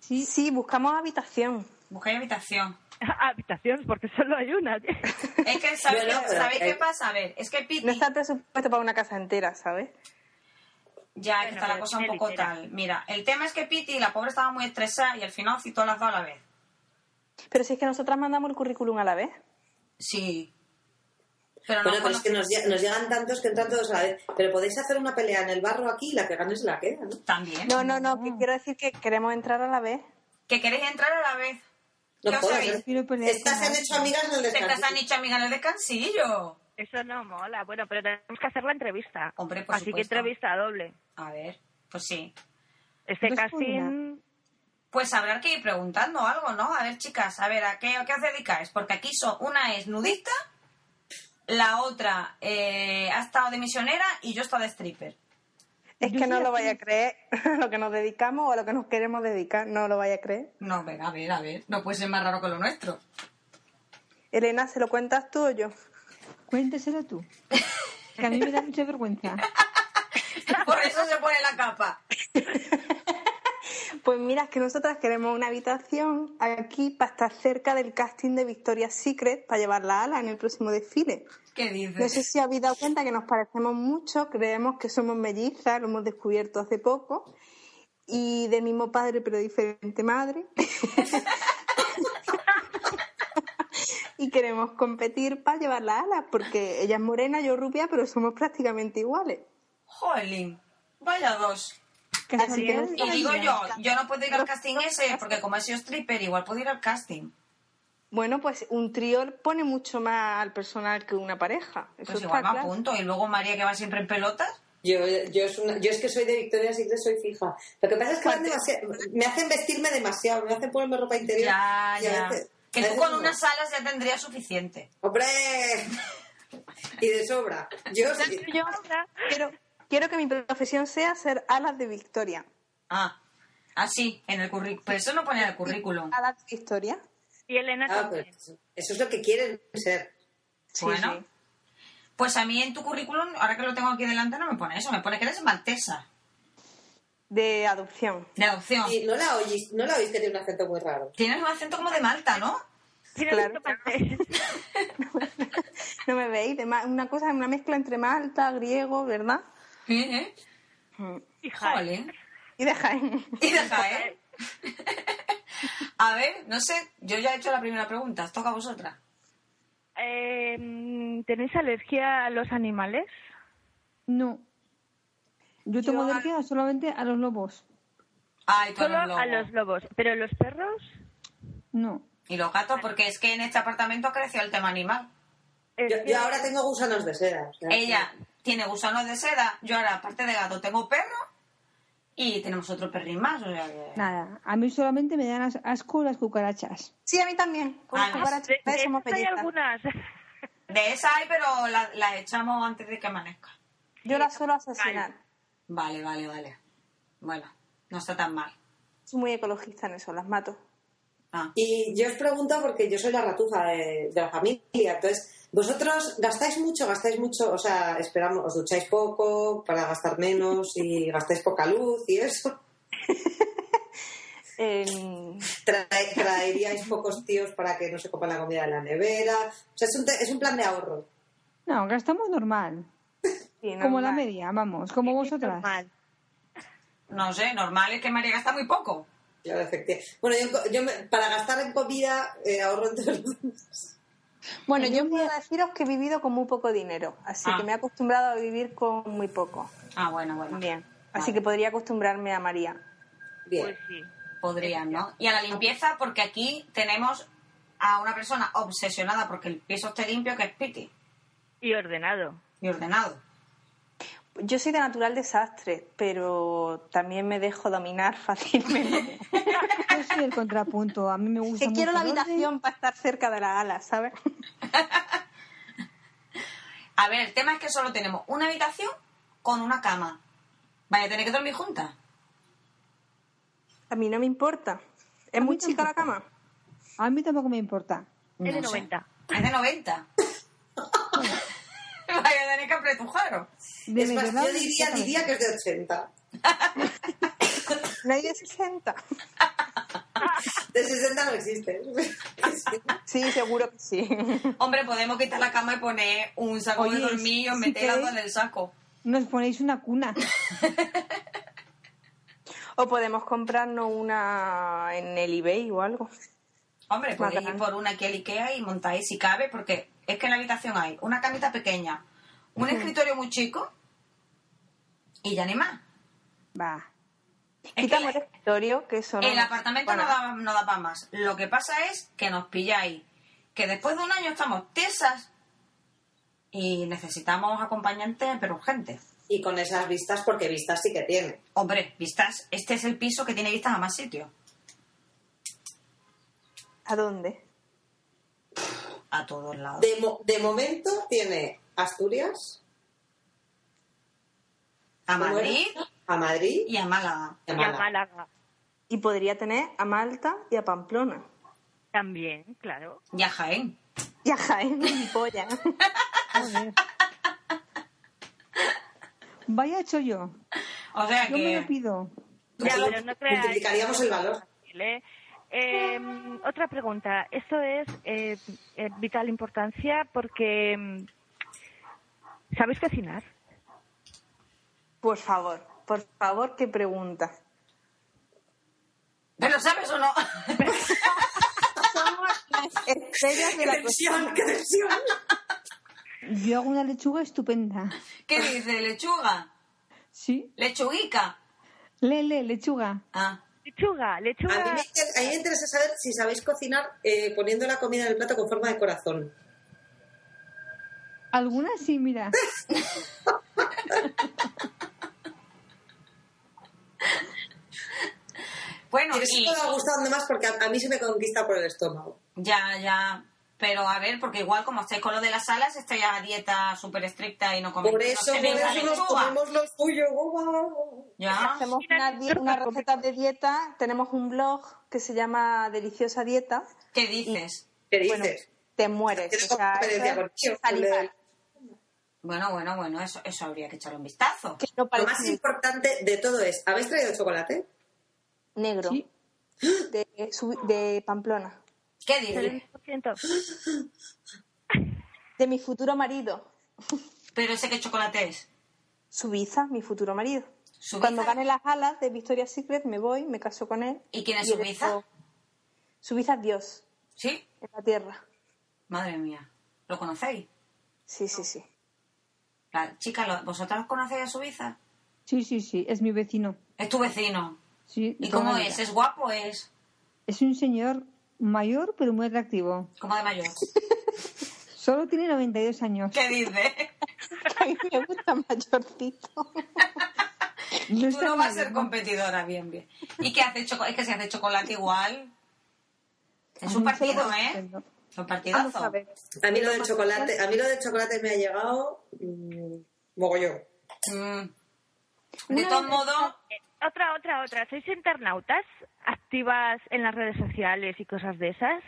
Speaker 4: Sí, sí, buscamos habitación.
Speaker 2: ¿Buscáis habitación?
Speaker 1: Habitaciones, porque solo hay una.
Speaker 2: Es que, ¿sabéis,
Speaker 3: Bueno,
Speaker 2: qué-
Speaker 3: pero
Speaker 2: ¿sabéis
Speaker 3: hay-
Speaker 2: qué pasa? A ver, es que Piti...
Speaker 4: No está el presupuesto para una casa entera, ¿sabes?
Speaker 2: Ya, que
Speaker 1: Bueno,
Speaker 2: está la
Speaker 1: pero
Speaker 2: cosa un
Speaker 1: tiene
Speaker 2: poco
Speaker 1: litera.
Speaker 2: tal. Mira, el tema es que Piti, la pobre, estaba muy estresada y al final citó a las dos a la vez.
Speaker 4: Pero si es que nosotras mandamos el currículum a la vez.
Speaker 2: Sí. Pero no
Speaker 3: Bueno, pero es que
Speaker 2: conoce-
Speaker 3: nos, lle- nos llegan tantos que entran todos a la vez. Pero podéis hacer una pelea en el barro aquí y la que gane se la queda, ¿no?
Speaker 2: También.
Speaker 4: No, no, no, que quiero decir que queremos entrar a la vez.
Speaker 2: Que queréis entrar a la vez.
Speaker 3: No
Speaker 2: Ya
Speaker 3: jodas,
Speaker 2: sabéis,
Speaker 3: ¿eh?
Speaker 5: quiero pelear
Speaker 3: Estas
Speaker 5: con
Speaker 3: se han
Speaker 5: alguien.
Speaker 3: hecho amigas en el
Speaker 2: Te
Speaker 3: descanso.
Speaker 2: estás han dicho amiga en el descansillo.
Speaker 1: Eso no mola. Bueno, pero tenemos que hacer la entrevista.
Speaker 2: Hombre, por
Speaker 1: Así que
Speaker 2: supuesto.
Speaker 1: entrevista doble.
Speaker 2: A ver, pues sí.
Speaker 1: Este
Speaker 5: No es por
Speaker 1: casting...
Speaker 2: Pues habrá que ir preguntando algo, ¿no? A ver, chicas, a ver, ¿a qué, a qué os dedicáis? Porque aquí son, una es nudista, la otra eh, ha estado de misionera y yo he estado de stripper.
Speaker 4: Es
Speaker 5: Yo
Speaker 4: que no
Speaker 5: soy
Speaker 4: lo
Speaker 5: actriz.
Speaker 4: vaya a creer a lo que nos dedicamos o a lo que nos queremos dedicar, no lo vaya a creer.
Speaker 2: No, venga, a ver, a ver. No puede ser más raro que lo nuestro.
Speaker 4: Elena, ¿se lo cuentas tú o yo?
Speaker 5: Cuénteselo tú. Que a mí me da mucha vergüenza.
Speaker 2: Por eso se pone la capa.
Speaker 4: Pues mira, es que nosotras queremos una habitación aquí para estar cerca del casting de Victoria's Secret para llevarla a ala en el próximo desfile.
Speaker 2: ¿Qué
Speaker 4: No sé
Speaker 2: dices?
Speaker 4: si habéis dado cuenta que nos parecemos mucho, creemos que somos mellizas, lo hemos descubierto hace poco, y del mismo padre pero diferente madre. y queremos competir para llevar las alas, porque ella es morena, yo rubia, pero somos prácticamente iguales.
Speaker 2: Jolín, vaya dos.
Speaker 4: Así que
Speaker 5: Casualidades.
Speaker 2: Y digo yo, yo no puedo ir al casting ese porque como he sido stripper, igual puedo ir al casting.
Speaker 4: Bueno, pues un trío pone mucho más al personal que una pareja. Eso
Speaker 2: Pues
Speaker 4: está
Speaker 2: igual me
Speaker 4: claro.
Speaker 2: apunto. Y luego María que va siempre en pelotas.
Speaker 3: Yo, yo, es una- yo es que soy de Victoria Secret, soy fija. Lo que pasa es que van demasi- me hacen vestirme demasiado, me hacen ponerme ropa interior.
Speaker 2: Ya,
Speaker 3: y a
Speaker 2: ya.
Speaker 3: veces-
Speaker 2: Que
Speaker 3: a
Speaker 2: tú
Speaker 3: veces
Speaker 2: con
Speaker 3: no.
Speaker 2: unas alas ya tendrías suficiente.
Speaker 3: ¡Hombre! y de sobra. Yo sí. Ah,
Speaker 1: Yo ahora-
Speaker 4: Quiero, quiero que mi profesión sea ser alas de Victoria.
Speaker 2: Ah, así, en el currículum. Pero eso no pone en el currículum.
Speaker 4: ¿Alas de Victoria?
Speaker 1: Y Elena
Speaker 3: Ah,
Speaker 1: también.
Speaker 3: pues, eso es lo que quieren ser.
Speaker 4: Sí,
Speaker 2: Bueno.
Speaker 4: sí.
Speaker 2: Pues a mí en tu currículum, ahora que lo tengo aquí delante, no me pone eso. Me pone que eres maltesa,
Speaker 4: De adopción.
Speaker 2: de adopción.
Speaker 3: Y no la oís, no la oís que tiene un acento muy raro.
Speaker 2: Tienes un acento como de Malta, ¿no?
Speaker 1: Tiene
Speaker 4: claro.
Speaker 1: mucho papel.
Speaker 4: No me veis, de ma- una cosa, una mezcla entre Malta, griego, ¿verdad?
Speaker 2: Sí, ¿eh?
Speaker 1: Hija,
Speaker 2: Jolín.
Speaker 4: Y de Jaén.
Speaker 2: Y de Jaén. A ver, no sé, yo ya he hecho la primera pregunta, os toca a vosotras.
Speaker 1: eh, ¿Tenéis alergia a los animales?
Speaker 5: No. Yo tengo
Speaker 4: Yo-
Speaker 5: alergia solamente a los lobos.
Speaker 2: Ay, con
Speaker 1: Solo
Speaker 2: los lobos.
Speaker 1: a los lobos. ¿Pero los perros?
Speaker 5: No.
Speaker 2: Y los gatos, porque es que en este apartamento creció el tema animal.
Speaker 1: es
Speaker 3: Yo,
Speaker 1: que-
Speaker 3: yo ahora tengo gusanos de seda. o sea,
Speaker 2: Ella tiene gusanos de seda, yo ahora, aparte de gato, tengo perro y tenemos otro perrín más. O sea que...
Speaker 5: Nada, a mí solamente me dan as- asco las cucarachas.
Speaker 4: Sí, a mí también. Con las
Speaker 2: Ah,
Speaker 1: Ah,
Speaker 4: cucarachas
Speaker 1: de- de
Speaker 4: somos
Speaker 1: esas hay
Speaker 4: bellezas.
Speaker 1: algunas.
Speaker 2: De esa hay, pero la- las echamos antes de que amanezca.
Speaker 4: Yo las suelo asesinar.
Speaker 2: Vale, vale, vale. Bueno, no está tan mal.
Speaker 4: Soy muy ecologista en eso, las mato.
Speaker 2: Ah.
Speaker 3: Y yo os pregunto, porque yo soy la ratufa de, de la familia, entonces, ¿vosotros gastáis mucho, gastáis mucho? O sea, esperamos, ¿os ducháis poco para gastar menos y gastáis poca luz y eso?
Speaker 4: Eh,
Speaker 3: Trae- ¿Traeríais pocos tíos para que no se copan la comida de la nevera? O sea, es un, te- es un plan de ahorro.
Speaker 5: No, gastamos normal.
Speaker 4: sí, no,
Speaker 5: Como la
Speaker 4: no.
Speaker 5: media, vamos, como vosotras.
Speaker 1: Normal.
Speaker 2: No sé, normal es que María gasta muy poco.
Speaker 3: Claro, efectivamente. Bueno, yo, en co- yo me- para gastar en comida eh, ahorro en todo.
Speaker 4: Bueno, yo puedo deciros que he vivido con muy poco dinero, así
Speaker 2: Ah.
Speaker 4: que me he acostumbrado a vivir con muy poco.
Speaker 2: Ah, bueno, bueno.
Speaker 4: Bien. Así
Speaker 2: Vale.
Speaker 4: que podría acostumbrarme a María.
Speaker 3: Bien.
Speaker 1: Pues sí.
Speaker 2: Podrían, ¿no? Y a la limpieza, porque aquí tenemos a una persona obsesionada porque el piso esté limpio, que es Piti,
Speaker 1: Y ordenado.
Speaker 2: y ordenado.
Speaker 4: Yo soy de natural desastre, pero también me dejo dominar fácilmente.
Speaker 5: Yo soy el contrapunto, a mí me gusta
Speaker 4: que quiero
Speaker 5: mucho
Speaker 4: la
Speaker 5: el orden.
Speaker 4: habitación para estar cerca de la ala, ¿sabes?
Speaker 2: A ver, el tema es que solo tenemos una habitación con una cama. Vaya, tener que dormir juntas.
Speaker 4: A mí no me importa. ¿Es
Speaker 5: A mí
Speaker 4: muy chica la
Speaker 5: tampoco.
Speaker 4: cama?
Speaker 5: A mí tampoco me importa.
Speaker 1: Es de
Speaker 2: No sé.
Speaker 1: 90.
Speaker 2: Es de 90. Vaya, tener que apretujaros.
Speaker 5: De
Speaker 3: Es más,
Speaker 5: verdad,
Speaker 3: yo diría,
Speaker 5: déjame.
Speaker 3: diría que es de 80.
Speaker 4: No hay de 60.
Speaker 3: De 60 no existe.
Speaker 4: Sí, seguro que sí.
Speaker 2: Hombre, podemos quitar la cama y poner un saco
Speaker 5: Oye,
Speaker 2: de dormir y os
Speaker 5: si
Speaker 2: metéis las dos
Speaker 5: queréis-
Speaker 2: en el saco.
Speaker 5: Nos ponéis una cuna.
Speaker 4: O podemos comprarnos una en el eBay o algo.
Speaker 2: Hombre, podéis ir
Speaker 4: Bacán.
Speaker 2: por una aquí al Ikea y montáis si cabe, porque es que en la habitación hay una camita pequeña, un escritorio muy chico y ya ni más.
Speaker 5: Va.
Speaker 2: que
Speaker 4: Quitamos
Speaker 2: la-
Speaker 4: el escritorio, que eso no-
Speaker 2: El apartamento
Speaker 4: bueno,
Speaker 2: no da, no da para más. Lo que pasa es que nos pilláis, que después de un año estamos tesas y necesitamos acompañantes, pero urgentes.
Speaker 3: Y con esas vistas, porque vistas sí que tiene.
Speaker 2: Hombre, vistas, este es el piso que tiene vistas a más sitios.
Speaker 4: ¿A dónde?
Speaker 2: A todos lados.
Speaker 3: De, mo- de momento tiene Asturias,
Speaker 2: A
Speaker 3: ¿cómo
Speaker 2: Madrid
Speaker 3: era? a Madrid
Speaker 2: y a Málaga.
Speaker 3: y a
Speaker 1: Y a
Speaker 3: Málaga.
Speaker 1: Málaga.
Speaker 4: Y podría tener a Malta y a Pamplona.
Speaker 1: También, claro.
Speaker 2: Y a Jaén.
Speaker 4: Y a Jaén, mi polla.
Speaker 5: Joder. Vaya hecho yo.
Speaker 2: O sea
Speaker 5: Yo me lo
Speaker 2: que...
Speaker 5: pido.
Speaker 1: Ya,
Speaker 3: Así
Speaker 1: pero no creáis.
Speaker 3: multiplicaríamos el valor.
Speaker 1: ¿eh? Eh, otra pregunta. Esto es eh, eh, vital importancia porque. mm, ¿Sabéis cocinar?
Speaker 4: Por favor, por favor, qué pregunta.
Speaker 2: ¿Pero sabes o no?
Speaker 4: Somos las estrellas de
Speaker 3: ¡Qué
Speaker 4: la
Speaker 3: tensión,
Speaker 4: cocina.
Speaker 3: qué tensión!
Speaker 2: Ah,
Speaker 5: Yo hago una lechuga estupenda.
Speaker 2: ¿Qué dice? ¿Lechuga?
Speaker 5: ¿Sí?
Speaker 2: ¿Lechuguica?
Speaker 5: Lele, lechuga.
Speaker 2: Ah,
Speaker 1: Lechuga,
Speaker 3: A mí,
Speaker 1: lechuga.
Speaker 3: me, inter- a mí me interesa saber si sabéis cocinar eh, poniendo la comida en el plato con forma de corazón.
Speaker 5: Algunas sí, mira.
Speaker 2: bueno,
Speaker 3: Pero eso
Speaker 2: y...
Speaker 3: me va gustando más porque a, a mí se me conquista por el estómago.
Speaker 2: Ya, ya. Pero a ver, porque igual como estáis con lo de las alas, estáis a dieta súper estricta y no coméis.
Speaker 3: Por
Speaker 2: no
Speaker 3: eso, por
Speaker 2: coméis la
Speaker 3: eso nos
Speaker 2: lechuga.
Speaker 3: comemos los tuyos. guau.
Speaker 2: Ya.
Speaker 4: Hacemos una, di- una receta de dieta. Tenemos un blog que se llama Deliciosa Dieta.
Speaker 2: ¿Qué dices?
Speaker 3: ¿Qué
Speaker 4: Bueno,
Speaker 3: dices?
Speaker 4: te mueres.
Speaker 3: Tienes
Speaker 4: o sea,
Speaker 3: competencia
Speaker 4: eso es
Speaker 3: conmigo,
Speaker 4: salivar,
Speaker 3: Lele.
Speaker 2: Bueno, bueno, bueno, eso, eso habría que echarle un vistazo.
Speaker 4: que no
Speaker 3: Lo
Speaker 4: parece
Speaker 3: más importante de todo es, ¿habéis traído chocolate?
Speaker 4: negro.
Speaker 5: Sí.
Speaker 4: De, su- de Pamplona.
Speaker 2: ¿Qué dices?
Speaker 1: 10%.
Speaker 4: De mi futuro marido.
Speaker 2: Pero ese que chocolate es.
Speaker 4: Suiza, mi futuro marido.
Speaker 2: ¿Subiza?
Speaker 4: Cuando gane las alas de Victoria's Secret, me voy, me caso con él.
Speaker 2: ¿Y quién es
Speaker 4: su
Speaker 2: Suiza?
Speaker 4: Suiza es Dios,
Speaker 2: ¿Sí?
Speaker 4: en la tierra.
Speaker 2: Madre mía. ¿Lo conocéis?
Speaker 4: Sí, sí, sí.
Speaker 2: La chica, lo- ¿vosotras conocéis a Suiza?
Speaker 5: Sí, sí, sí. Es mi vecino.
Speaker 2: Es tu vecino.
Speaker 5: Sí, de
Speaker 2: ¿Y
Speaker 5: toda
Speaker 2: cómo
Speaker 5: la vida.
Speaker 2: es? ¿Es guapo? ¿Es
Speaker 5: Es un señor mayor, pero muy atractivo.
Speaker 2: como de mayor?
Speaker 5: Solo tiene 92 años.
Speaker 2: ¿Qué dice?
Speaker 4: A mí me gusta mayorcito.
Speaker 5: No
Speaker 2: Tú
Speaker 5: está
Speaker 2: no vas a ser
Speaker 5: nada mal.
Speaker 2: competidora, bien, bien. ¿Y qué hace chocolate? Es que se hace chocolate igual. Es
Speaker 5: A
Speaker 2: un
Speaker 5: mí solo
Speaker 2: partido,
Speaker 5: por
Speaker 2: ¿eh?
Speaker 5: estupendo.
Speaker 2: Es un
Speaker 4: Vamos
Speaker 2: partidazo.
Speaker 4: a ver.
Speaker 3: A mí lo del chocolate, a mí lo del chocolate me ha llegado mm, mogollón.
Speaker 2: Mm. De
Speaker 5: Una
Speaker 2: todos
Speaker 5: vez-
Speaker 2: modos,
Speaker 1: Eh, Otra, otra, otra. ¿Sois internautas activas en las redes sociales y cosas de esas?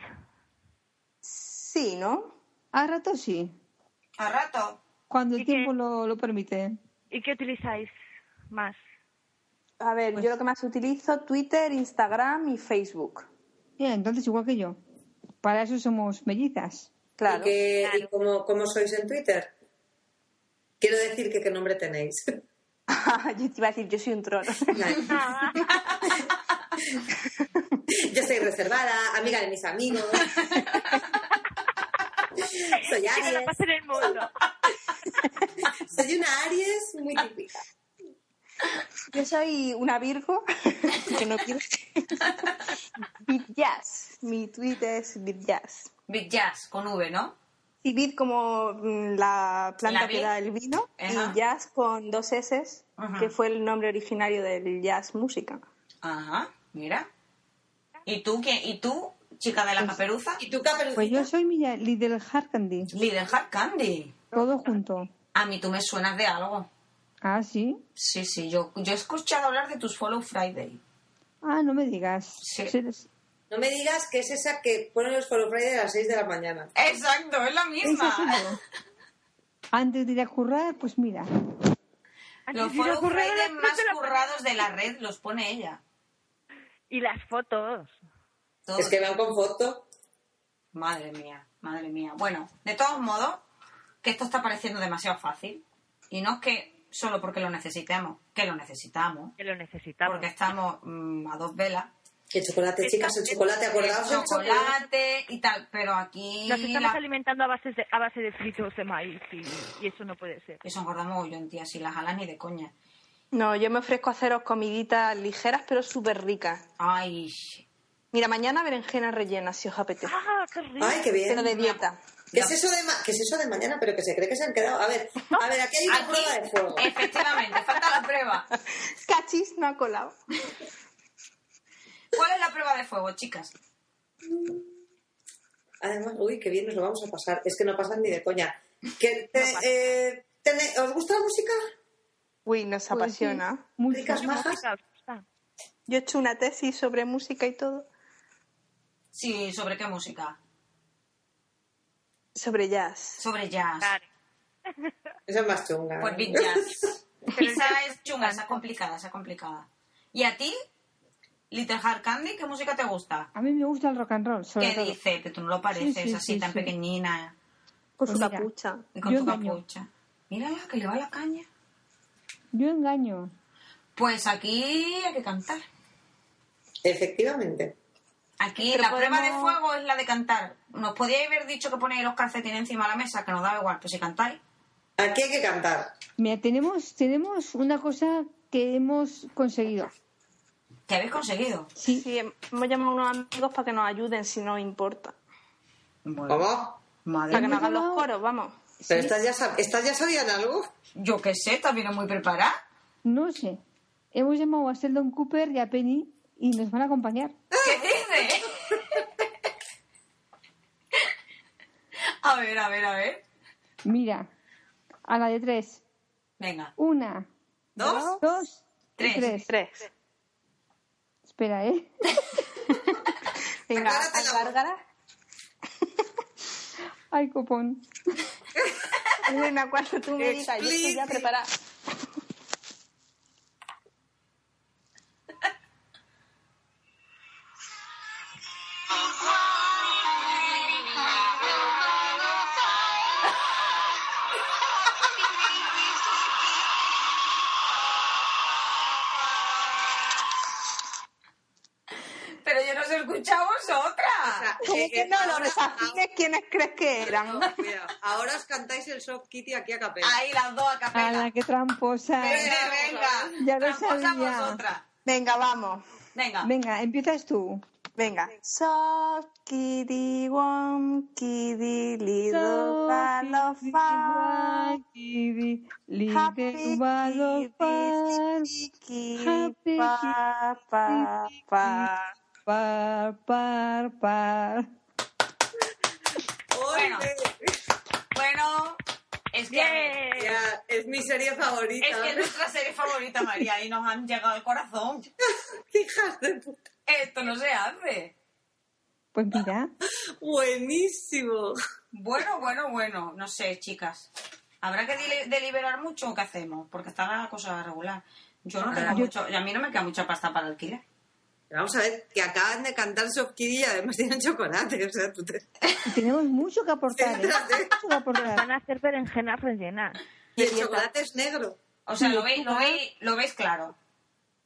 Speaker 4: Sí, ¿no?
Speaker 5: A rato sí,
Speaker 2: a rato.
Speaker 5: cuando el
Speaker 1: ¿Y qué?
Speaker 5: tiempo lo, lo permite.
Speaker 1: ¿Y qué utilizáis más?
Speaker 4: A ver,
Speaker 2: Pues
Speaker 4: yo lo que más utilizo, Twitter, Instagram y Facebook.
Speaker 5: Bien, entonces igual que yo. Para eso somos mellizas.
Speaker 4: Claro.
Speaker 3: ¿Y, que, y cómo, cómo sois en Twitter? Quiero decir que qué nombre tenéis.
Speaker 4: yo te iba a decir, yo soy un trono.
Speaker 1: Ah,
Speaker 3: Yo soy reservada, amiga de mis amigos. Soy
Speaker 1: ¿Qué te la
Speaker 3: Aries.
Speaker 1: pasa en el mundo?
Speaker 3: Soy una Aries muy típica.
Speaker 4: Yo soy una Virgo, que no quiero. Big Jazz. Mi tweet es Big Jazz.
Speaker 2: Big Jazz con V, ¿no?
Speaker 4: Y Big como mm, la planta
Speaker 2: La vid.
Speaker 4: que da el vino
Speaker 2: Ajá.
Speaker 4: y Jazz con dos S,
Speaker 2: Ajá.
Speaker 4: que fue el nombre originario del jazz música.
Speaker 2: Ajá, mira. ¿Y tú, qué? ¿Y tú chica de la caperuza?
Speaker 3: Pues, ¿Y tú, Caperucita?
Speaker 5: Pues yo soy mi Little Hard Candy,
Speaker 2: Líder Hard Candy.
Speaker 5: todo junto.
Speaker 2: A mí tú me suenas de algo.
Speaker 5: Ah, sí.
Speaker 2: Sí, sí, yo, yo he escuchado hablar de tus Follow Friday.
Speaker 5: Ah, no me digas.
Speaker 2: Sí.
Speaker 5: Eres-
Speaker 3: No me digas que es esa que pone los Follow Friday a las 6 de la mañana.
Speaker 2: Exacto, es la
Speaker 5: Esa soy yo. Antes de ir a currar, pues mira.
Speaker 2: Los
Speaker 1: Antes de ir a
Speaker 2: Follow
Speaker 1: currar a las
Speaker 2: Friday
Speaker 1: tres
Speaker 2: más
Speaker 1: de la
Speaker 2: currados de la red los pone ella.
Speaker 1: Y las fotos.
Speaker 2: Todos.
Speaker 3: Es que van con foto.
Speaker 2: Madre mía, madre mía. Bueno, de todos modos, que esto está pareciendo demasiado fácil. Y no es que solo porque lo necesitemos, que lo necesitamos,
Speaker 1: Que lo necesitamos.
Speaker 2: porque estamos mm, a dos velas.
Speaker 3: El chocolate, chicas, el chocolate, acordaos
Speaker 2: El
Speaker 3: del chocolate.
Speaker 2: chocolate y tal, pero aquí
Speaker 1: Nos estamos
Speaker 2: la-
Speaker 1: alimentando a base de, a base de fritos de maíz y, y eso no puede ser.
Speaker 2: eso engordamos mogollón, tía, si las alas ni de coña.
Speaker 4: No, yo me ofrezco a haceros comiditas ligeras pero súper ricas.
Speaker 2: Ay,
Speaker 4: Mira, mañana berenjenas rellenas, si os apetece.
Speaker 1: ¡Ah, qué rico!
Speaker 3: Ay, qué
Speaker 4: Pero
Speaker 3: bien.
Speaker 4: de dieta.
Speaker 3: ¿Qué es, eso de ma- qué es eso de mañana? Pero que se cree que se han quedado. A ver, a ver, aquí hay una
Speaker 2: Aquí,
Speaker 3: prueba de fuego.
Speaker 2: efectivamente, falta la prueba.
Speaker 4: Cachis no ha colado.
Speaker 2: ¿Cuál es la prueba de fuego, chicas?
Speaker 3: Además, uy, qué bien nos lo vamos a pasar. Es que no pasan ni de coña. Que te-
Speaker 2: No pasa.
Speaker 3: eh, tene- ¿Os gusta la música?
Speaker 4: Uy, nos
Speaker 5: Pues sí,
Speaker 4: apasiona.
Speaker 5: mucho.
Speaker 3: ¿Ricas majas?
Speaker 1: Chica, os gusta.
Speaker 4: Yo he hecho una tesis sobre música y todo.
Speaker 2: Sí, ¿sobre qué música?
Speaker 4: Sobre jazz.
Speaker 2: Sobre jazz.
Speaker 1: Claro.
Speaker 3: Esa es más chunga. ¿eh?
Speaker 2: Pues Big Jazz. Esa es chunga, esa es complicada, esa es complicada. ¿Y a ti, Little Hard Candy, qué música te gusta?
Speaker 5: A mí me gusta el rock and roll, sobre
Speaker 2: ¿Qué
Speaker 5: todo.
Speaker 2: dices? Que tú no lo pareces
Speaker 5: Sí, sí,
Speaker 2: así
Speaker 5: sí,
Speaker 2: tan
Speaker 5: sí.
Speaker 2: pequeñina
Speaker 4: Con
Speaker 2: Pues
Speaker 4: su
Speaker 5: Mira.
Speaker 4: capucha.
Speaker 2: y con
Speaker 5: Yo
Speaker 2: tu
Speaker 5: engaño.
Speaker 2: capucha. Mírala, que le va la caña.
Speaker 5: Yo engaño.
Speaker 2: Pues aquí hay que cantar.
Speaker 3: Efectivamente.
Speaker 2: Aquí
Speaker 4: Pero
Speaker 2: la prueba de
Speaker 4: podemos-
Speaker 2: fuego es la de cantar. Nos podíais haber dicho que ponéis los calcetines encima de la mesa, que nos daba igual, pues si cantáis.
Speaker 3: Aquí hay que cantar.
Speaker 5: Mira, tenemos, tenemos una cosa que hemos conseguido.
Speaker 2: ¿Qué habéis conseguido?
Speaker 5: Sí.
Speaker 4: Sí, hemos llamado a unos amigos para que nos ayuden si no importa.
Speaker 3: ¿Cómo?
Speaker 4: Para que
Speaker 2: Madre
Speaker 4: nos hagan los
Speaker 5: llamado-
Speaker 4: coros, vamos.
Speaker 3: ¿Pero estas ya, sab- estas ya sabían algo?
Speaker 2: Yo qué sé, también es muy preparada.
Speaker 5: No sé. Hemos llamado a Sheldon Cooper y a Penny y nos van a acompañar.
Speaker 2: ¿Qué dices? a ver, a ver, a ver.
Speaker 5: Mira, a la de tres.
Speaker 2: Venga.
Speaker 5: Una,
Speaker 2: ¿Dos?
Speaker 5: dos,
Speaker 2: Tres.
Speaker 5: y tres.
Speaker 4: Tres.
Speaker 5: Espera, ¿eh?
Speaker 4: Venga,
Speaker 3: Aclárate la
Speaker 4: a Bárbara.
Speaker 5: Ay, copón.
Speaker 4: Bueno, cuando tú me digas, yo estoy ya
Speaker 3: Explícit.
Speaker 4: preparada.
Speaker 2: Pero yo no os he escuchado a vosotras.
Speaker 4: ¿Cómo que no? Los
Speaker 3: eh, ahora,
Speaker 4: desafines, ¿quiénes crees que eran?
Speaker 3: ahora- mira, ahora os cantáis el soft kitty aquí a capela.
Speaker 2: Ahí las dos a
Speaker 5: A
Speaker 2: capela.
Speaker 5: la que tramposa.
Speaker 2: Venga, venga.
Speaker 5: Ya lo
Speaker 2: Tramposa
Speaker 5: sabía.
Speaker 2: vosotras.
Speaker 4: Venga, vamos.
Speaker 2: Venga.
Speaker 5: Venga, empiezas tú.
Speaker 4: Venga. Soft kitty wonkity little ball of
Speaker 5: Happy
Speaker 4: Happy kitty, kitty,
Speaker 5: Happy
Speaker 4: pa, pa,
Speaker 5: kitty,
Speaker 4: pa.
Speaker 5: Par, par, par.
Speaker 2: Bueno.
Speaker 3: ¡Ole!
Speaker 2: Bueno, es que, a ver,
Speaker 1: ¡Bien!
Speaker 3: Ya, es mi serie favorita.
Speaker 2: eh, es que es nuestra serie favorita, María, y nos han llegado al corazón.
Speaker 3: Hijas de puta.
Speaker 2: Esto no se hace.
Speaker 5: Pues mira,
Speaker 3: Buenísimo.
Speaker 2: Bueno, bueno, bueno. No sé, chicas. ¿Habrá que dile- deliberar mucho o qué hacemos? Porque está la cosa regular. Yo no tengo
Speaker 3: Yo-
Speaker 2: mucho... y A mí no me queda mucha pasta para el alquiler.
Speaker 3: Vamos a ver, que acaban de cantar Soft Kitty y además tienen chocolate. O sea, tú te...
Speaker 5: tenemos mucho que aportar, ¿eh?
Speaker 3: Céntrate.
Speaker 5: Mucho que
Speaker 1: Van
Speaker 5: aportar.
Speaker 1: a hacer berenjenas rellenas.
Speaker 3: Y el chocolate es negro.
Speaker 2: O sea, lo veis, lo veis, lo veis claro.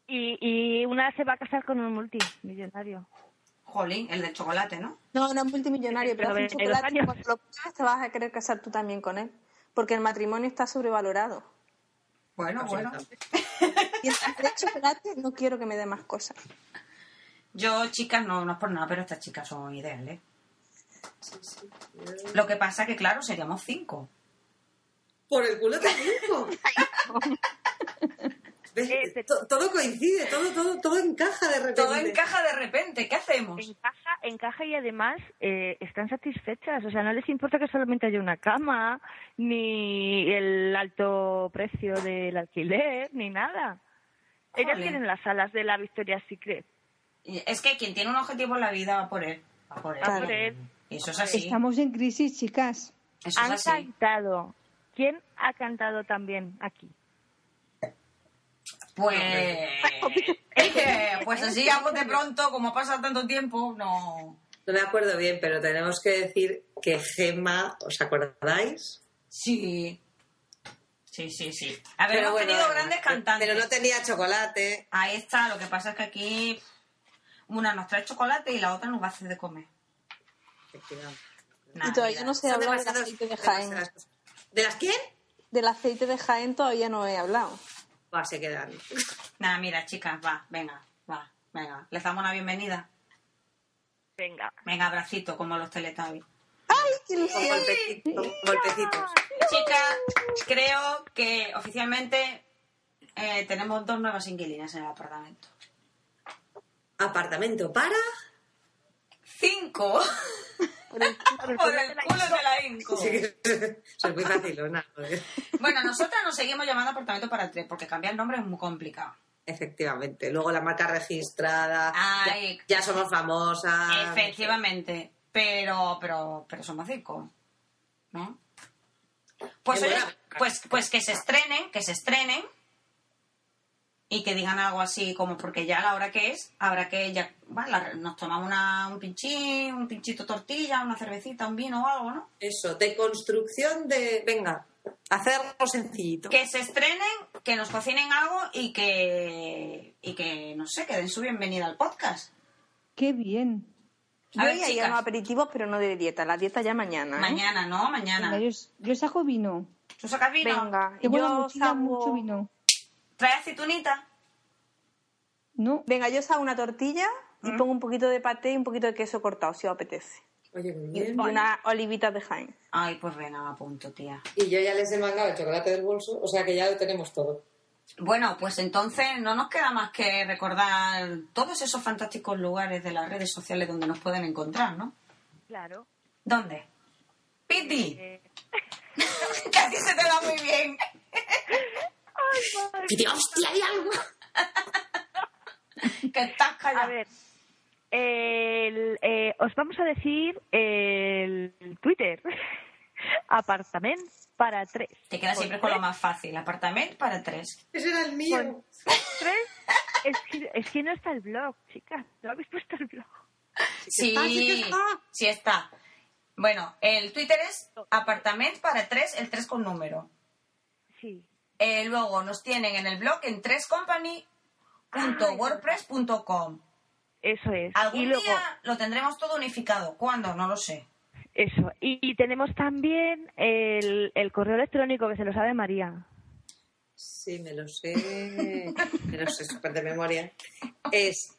Speaker 1: Y, y una se va a casar con un multimillonario.
Speaker 2: Jolín, el del chocolate, ¿no?
Speaker 4: No, no es multimillonario, pero
Speaker 1: Pero
Speaker 4: hace un
Speaker 1: de- de los
Speaker 4: chocolate y
Speaker 1: años.
Speaker 4: cuando lo pagas te vas a querer casar tú también con él. Porque el matrimonio está sobrevalorado.
Speaker 2: Bueno, bueno.
Speaker 4: Y el chocolate no quiero que me dé más cosas.
Speaker 2: Yo, chicas, no, no es por nada, pero estas chicas son ideales. Lo que pasa que, claro, seríamos cinco.
Speaker 3: Por el culo te digo. ¿Ves?
Speaker 1: Eh, te-
Speaker 3: To- Todo coincide, todo, todo, todo encaja de repente.
Speaker 2: Todo encaja de repente. ¿Qué
Speaker 1: Pues
Speaker 2: hacemos?
Speaker 1: Encaja, encaja y además eh, están satisfechas. O sea, no les importa que solamente haya una cama, ni el alto precio del alquiler, ni nada. Ellas
Speaker 2: Jolín.
Speaker 1: tienen las alas de la Victoria Secret.
Speaker 2: Y Es que quien tiene un objetivo en la vida va por él. Va por él.
Speaker 1: Va por él.
Speaker 2: Eso es así.
Speaker 5: Estamos en crisis, chicas.
Speaker 2: Eso
Speaker 1: Han
Speaker 2: es así.
Speaker 1: cantado. ¿Quién ha cantado también aquí?
Speaker 2: Pues... pues así, hago de pronto, como pasa tanto tiempo, no...
Speaker 3: No me acuerdo bien, pero tenemos que decir que Gema, ¿os acordáis?
Speaker 2: Sí. Sí, sí, sí. A ver,
Speaker 3: Pero
Speaker 2: hemos
Speaker 3: bueno,
Speaker 2: tenido grandes
Speaker 3: pero-
Speaker 2: cantantes.
Speaker 3: Pero no tenía chocolate.
Speaker 2: Ahí está, lo que pasa es que aquí una nos trae chocolate y la otra nos va a hacer de comer.
Speaker 3: Efectivamente.
Speaker 2: Nada,
Speaker 4: y todavía
Speaker 2: mira.
Speaker 4: no se
Speaker 3: Son
Speaker 4: habla del
Speaker 3: demasiados-
Speaker 4: aceite de Jaén.
Speaker 3: demasiadas cosas. ¿De las quién?
Speaker 4: Del aceite de Jaén todavía no he hablado.
Speaker 3: Va, se quedan.
Speaker 2: Nada, mira, chicas, va, venga, va, venga. Les damos una bienvenida.
Speaker 1: Venga.
Speaker 2: Venga, abracito, como los teletubbies.
Speaker 4: ¡Ay, qué
Speaker 3: Con
Speaker 4: ilusión!
Speaker 3: golpecitos. golpecitos.
Speaker 2: Chicas, creo que oficialmente eh, tenemos dos nuevas inquilinas en el apartamento.
Speaker 3: Apartamento para.
Speaker 2: ¡Cinco!
Speaker 4: Por el culo.
Speaker 1: Por el
Speaker 2: Por
Speaker 1: culo
Speaker 2: el
Speaker 1: de la
Speaker 2: culo de la Inco.
Speaker 3: Sí, que- soy muy facilona. joder.
Speaker 2: Bueno, nosotras nos seguimos llamando apartamento para tres, porque cambiar el nombre es muy complicado.
Speaker 3: Efectivamente. Luego la marca registrada. Ya,
Speaker 2: Ay.
Speaker 3: ya somos famosas.
Speaker 2: Efectivamente, pero, pero, pero somos cinco, ¿no? Pues,
Speaker 3: Qué
Speaker 2: oye,
Speaker 3: buena.
Speaker 2: pues, pues que se estrenen, que se estrenen y que digan algo así como porque ya a la hora que es, habrá que ya, va, la- nos tomamos una, un pinchín, un pinchito tortilla, una cervecita, un vino o algo, ¿no?
Speaker 3: Eso, de construcción de. Venga, hacerlo sencillito.
Speaker 2: Que se estrenen, que nos cocinen algo y que, y que no sé, que den su bienvenida al podcast.
Speaker 5: ¡Qué bien!
Speaker 2: A
Speaker 4: Yo
Speaker 2: ver,
Speaker 4: ya
Speaker 2: chicas.
Speaker 4: llamo aperitivos, pero no de dieta. La dieta ya mañana. ¿eh?
Speaker 2: Mañana, ¿no? Mañana.
Speaker 5: Venga, yo, yo saco vino.
Speaker 2: ¿Tú sacas vino?
Speaker 4: Venga,
Speaker 5: Llevo en la
Speaker 4: yo
Speaker 5: mochila
Speaker 4: saco...
Speaker 5: mucho vino.
Speaker 2: ¿Traes aceitunita?
Speaker 5: No,
Speaker 4: Venga, yo saco una tortilla y
Speaker 2: Mm.
Speaker 4: pongo un poquito de paté y un poquito de queso cortado, si os apetece.
Speaker 3: Oye, muy
Speaker 4: Y
Speaker 3: bien.
Speaker 4: unas olivitas de Jaén.
Speaker 2: Ay, pues venga, a punto, tía.
Speaker 3: Y yo ya les he mangado el chocolate del bolso, o sea que ya lo tenemos todo.
Speaker 2: Bueno, pues entonces no nos queda más que recordar todos esos fantásticos lugares de las redes sociales donde nos pueden encontrar, ¿no?
Speaker 1: Claro. eh,
Speaker 2: ¿Dónde? ¡Piti! que a ti se te da muy bien.
Speaker 3: Y digo, ¡Hostia, hay algo!
Speaker 2: que estás callada.
Speaker 1: A ver, el, eh, os vamos a decir el Twitter. Apartamento para pues tres.
Speaker 2: Te quedas siempre con lo más fácil. Apartamento para tres.
Speaker 3: Ese era el mío.
Speaker 1: Bueno. Tres. Es que, es que no está el blog, chicas. No habéis puesto el blog.
Speaker 2: Sí,
Speaker 3: está, sí que está.
Speaker 2: sí está. Bueno, el Twitter es apartamento para tres, el tres con número.
Speaker 1: Sí.
Speaker 2: Eh, luego nos tienen en el blog en trescompany.wordpress.com.
Speaker 1: Eso es.
Speaker 2: Algún
Speaker 1: y luego,
Speaker 2: día lo tendremos todo unificado. ¿Cuándo? No lo sé.
Speaker 1: eso. Y, y tenemos también el, el correo electrónico que se lo sabe María.
Speaker 3: Sí, me lo sé. Me lo sé súper de memoria. Es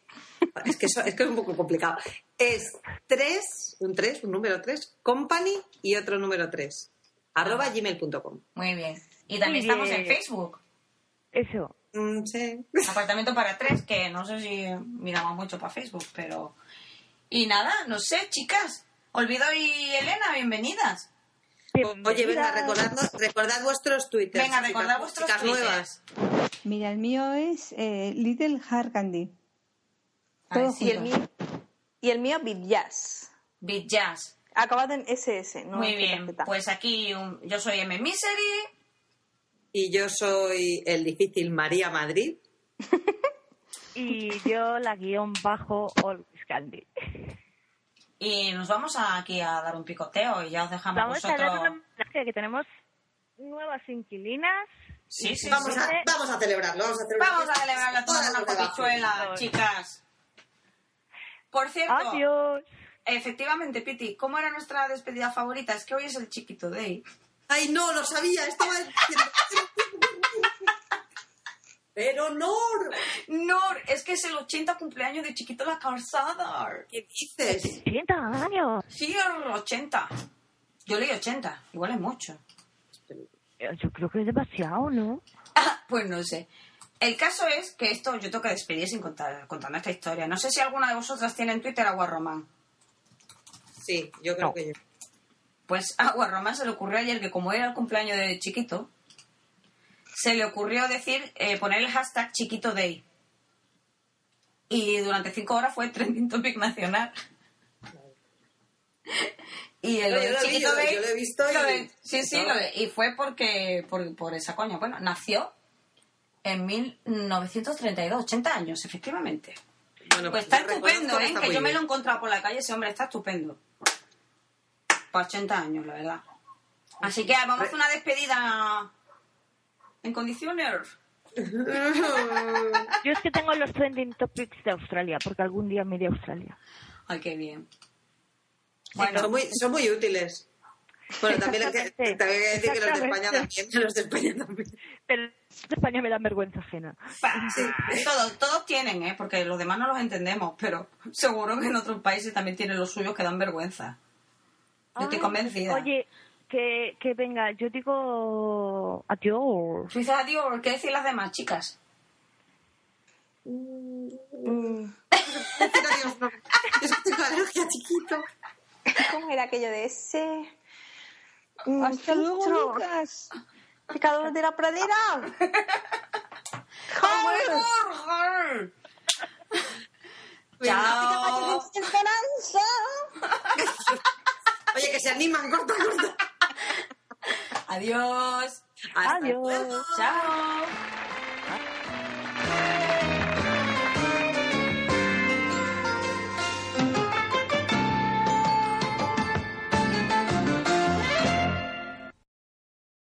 Speaker 3: Es que, eso- es que es un poco complicado. Es 3, un 3, un número 3, company y otro número 3, arroba gmail.com.
Speaker 2: Muy bien. Y también
Speaker 1: Muy
Speaker 2: estamos en
Speaker 1: bien.
Speaker 2: Facebook.
Speaker 1: Eso.
Speaker 3: Mm, sí.
Speaker 2: Apartamento para tres, que no sé si miramos mucho para Facebook, pero... Y nada, no sé, chicas. Olvido y Elena, bienvenidas.
Speaker 3: Pues, Oye, venga,
Speaker 1: Bienvenidas.
Speaker 3: recordadnos- recordad vuestros Twitter.
Speaker 2: Venga, recordad vuestros
Speaker 3: chicas
Speaker 2: twitters.
Speaker 3: nuevas.
Speaker 5: Mira, el mío es eh, Little Hard Candy.
Speaker 2: A ver,
Speaker 5: Todo
Speaker 2: sí,
Speaker 4: Y el mío, y el mío Big Jazz.
Speaker 2: Beat Jazz.
Speaker 4: Acabado en SS, ¿no?
Speaker 2: Muy
Speaker 4: ZZ.
Speaker 2: bien, pues aquí un- yo soy M. Misery.
Speaker 3: Y yo soy el difícil María Madrid.
Speaker 1: Y yo la guión bajo Always Candy.
Speaker 2: Y nos vamos a- aquí a dar un picoteo y ya os dejamos
Speaker 1: Vamos a
Speaker 2: vosotros.
Speaker 1: dar un homenaje que tenemos nuevas inquilinas.
Speaker 2: Sí, sí,
Speaker 3: Vamos
Speaker 2: sí.
Speaker 3: a, vamos a celebrarlo. Vamos a celebrarlo.
Speaker 2: Vamos a celebrarla todas
Speaker 3: Todas
Speaker 2: una
Speaker 3: las de abajo.
Speaker 2: copichuela, chicas. Por cierto,
Speaker 1: Adiós.
Speaker 2: efectivamente, Piti, ¿cómo era nuestra despedida favorita? Es que hoy es el chiquito day.
Speaker 3: Ay, no, lo sabía, estaba diciendo. Pero no,
Speaker 2: No, es que es el 80 cumpleaños de Chiquito la Calzada.
Speaker 3: ¿qué dices?
Speaker 1: 80 años.
Speaker 2: Sí, el 80. Yo leí 80, igual es mucho.
Speaker 1: Eh, Yo creo que es demasiado, ¿no?
Speaker 2: Pues no sé. El caso es que esto yo tengo que despedir sin contar, contando esta historia. No sé si alguna de vosotras tiene en Twitter agua román.
Speaker 3: Sí, yo creo que yo.
Speaker 2: Pues a Guarromán se le ocurrió ayer que como era el cumpleaños de Chiquito, se le ocurrió decir, eh, poner el hashtag Chiquito Day. Y durante cinco horas fue trending topic nacional. Y el
Speaker 3: Yo- yo lo vi,
Speaker 2: Chiquito
Speaker 3: yo lo-
Speaker 2: Day...
Speaker 3: yo lo he visto y-
Speaker 2: lo de- sí, sí,
Speaker 3: no.
Speaker 2: lo de- y fue porque por, por esa coña. Bueno, nació en 1932, 80 años, efectivamente.
Speaker 3: Bueno,
Speaker 2: Pues está
Speaker 3: yo
Speaker 2: estupendo,
Speaker 3: reconozco que
Speaker 2: ¿eh?
Speaker 3: está
Speaker 2: Que
Speaker 3: muy
Speaker 2: yo me
Speaker 3: bien.
Speaker 2: lo he encontrado por la calle, ese hombre está estupendo. Para 80 años, la verdad. Así que vamos a hacer una despedida en condiciones.
Speaker 1: Yo es que tengo los trending topics de Australia, porque algún día me iré a Australia.
Speaker 2: Ay, qué bien.
Speaker 3: son,
Speaker 2: Bueno,
Speaker 3: muy, son muy útiles. Bueno, también hay que,
Speaker 1: Exactamente,
Speaker 3: también hay que decir que los de España
Speaker 1: exactamente.
Speaker 3: también. Los de España también.
Speaker 1: Pero en España me da vergüenza ajena.
Speaker 2: pa- todos, todos tienen, ¿eh? Porque los demás no los entendemos, pero seguro que en otros países también tienen los suyos que dan vergüenza. Yo estoy
Speaker 1: Ay,
Speaker 2: convencida.
Speaker 1: Oye, que, que venga, yo digo adiós.
Speaker 2: Tú dices adiós, ¿qué decir las demás, chicas?
Speaker 4: Mm,
Speaker 3: Decir adiós, no. Es que tengo alergia, chiquito.
Speaker 4: ¿Cómo era aquello de ese? Mm,
Speaker 5: Hasta luego,
Speaker 4: filtro,
Speaker 5: Lucas.
Speaker 4: Picador de la pradera. Ah,
Speaker 2: ¡Adiós, Jorge! ¡Chao!
Speaker 4: ¡Caballeros del Toranzo!
Speaker 3: Oye, que se animan, corta, corta.
Speaker 2: ¡Adiós!
Speaker 3: Hasta
Speaker 1: Adiós.
Speaker 3: luego.
Speaker 2: ¡Chao!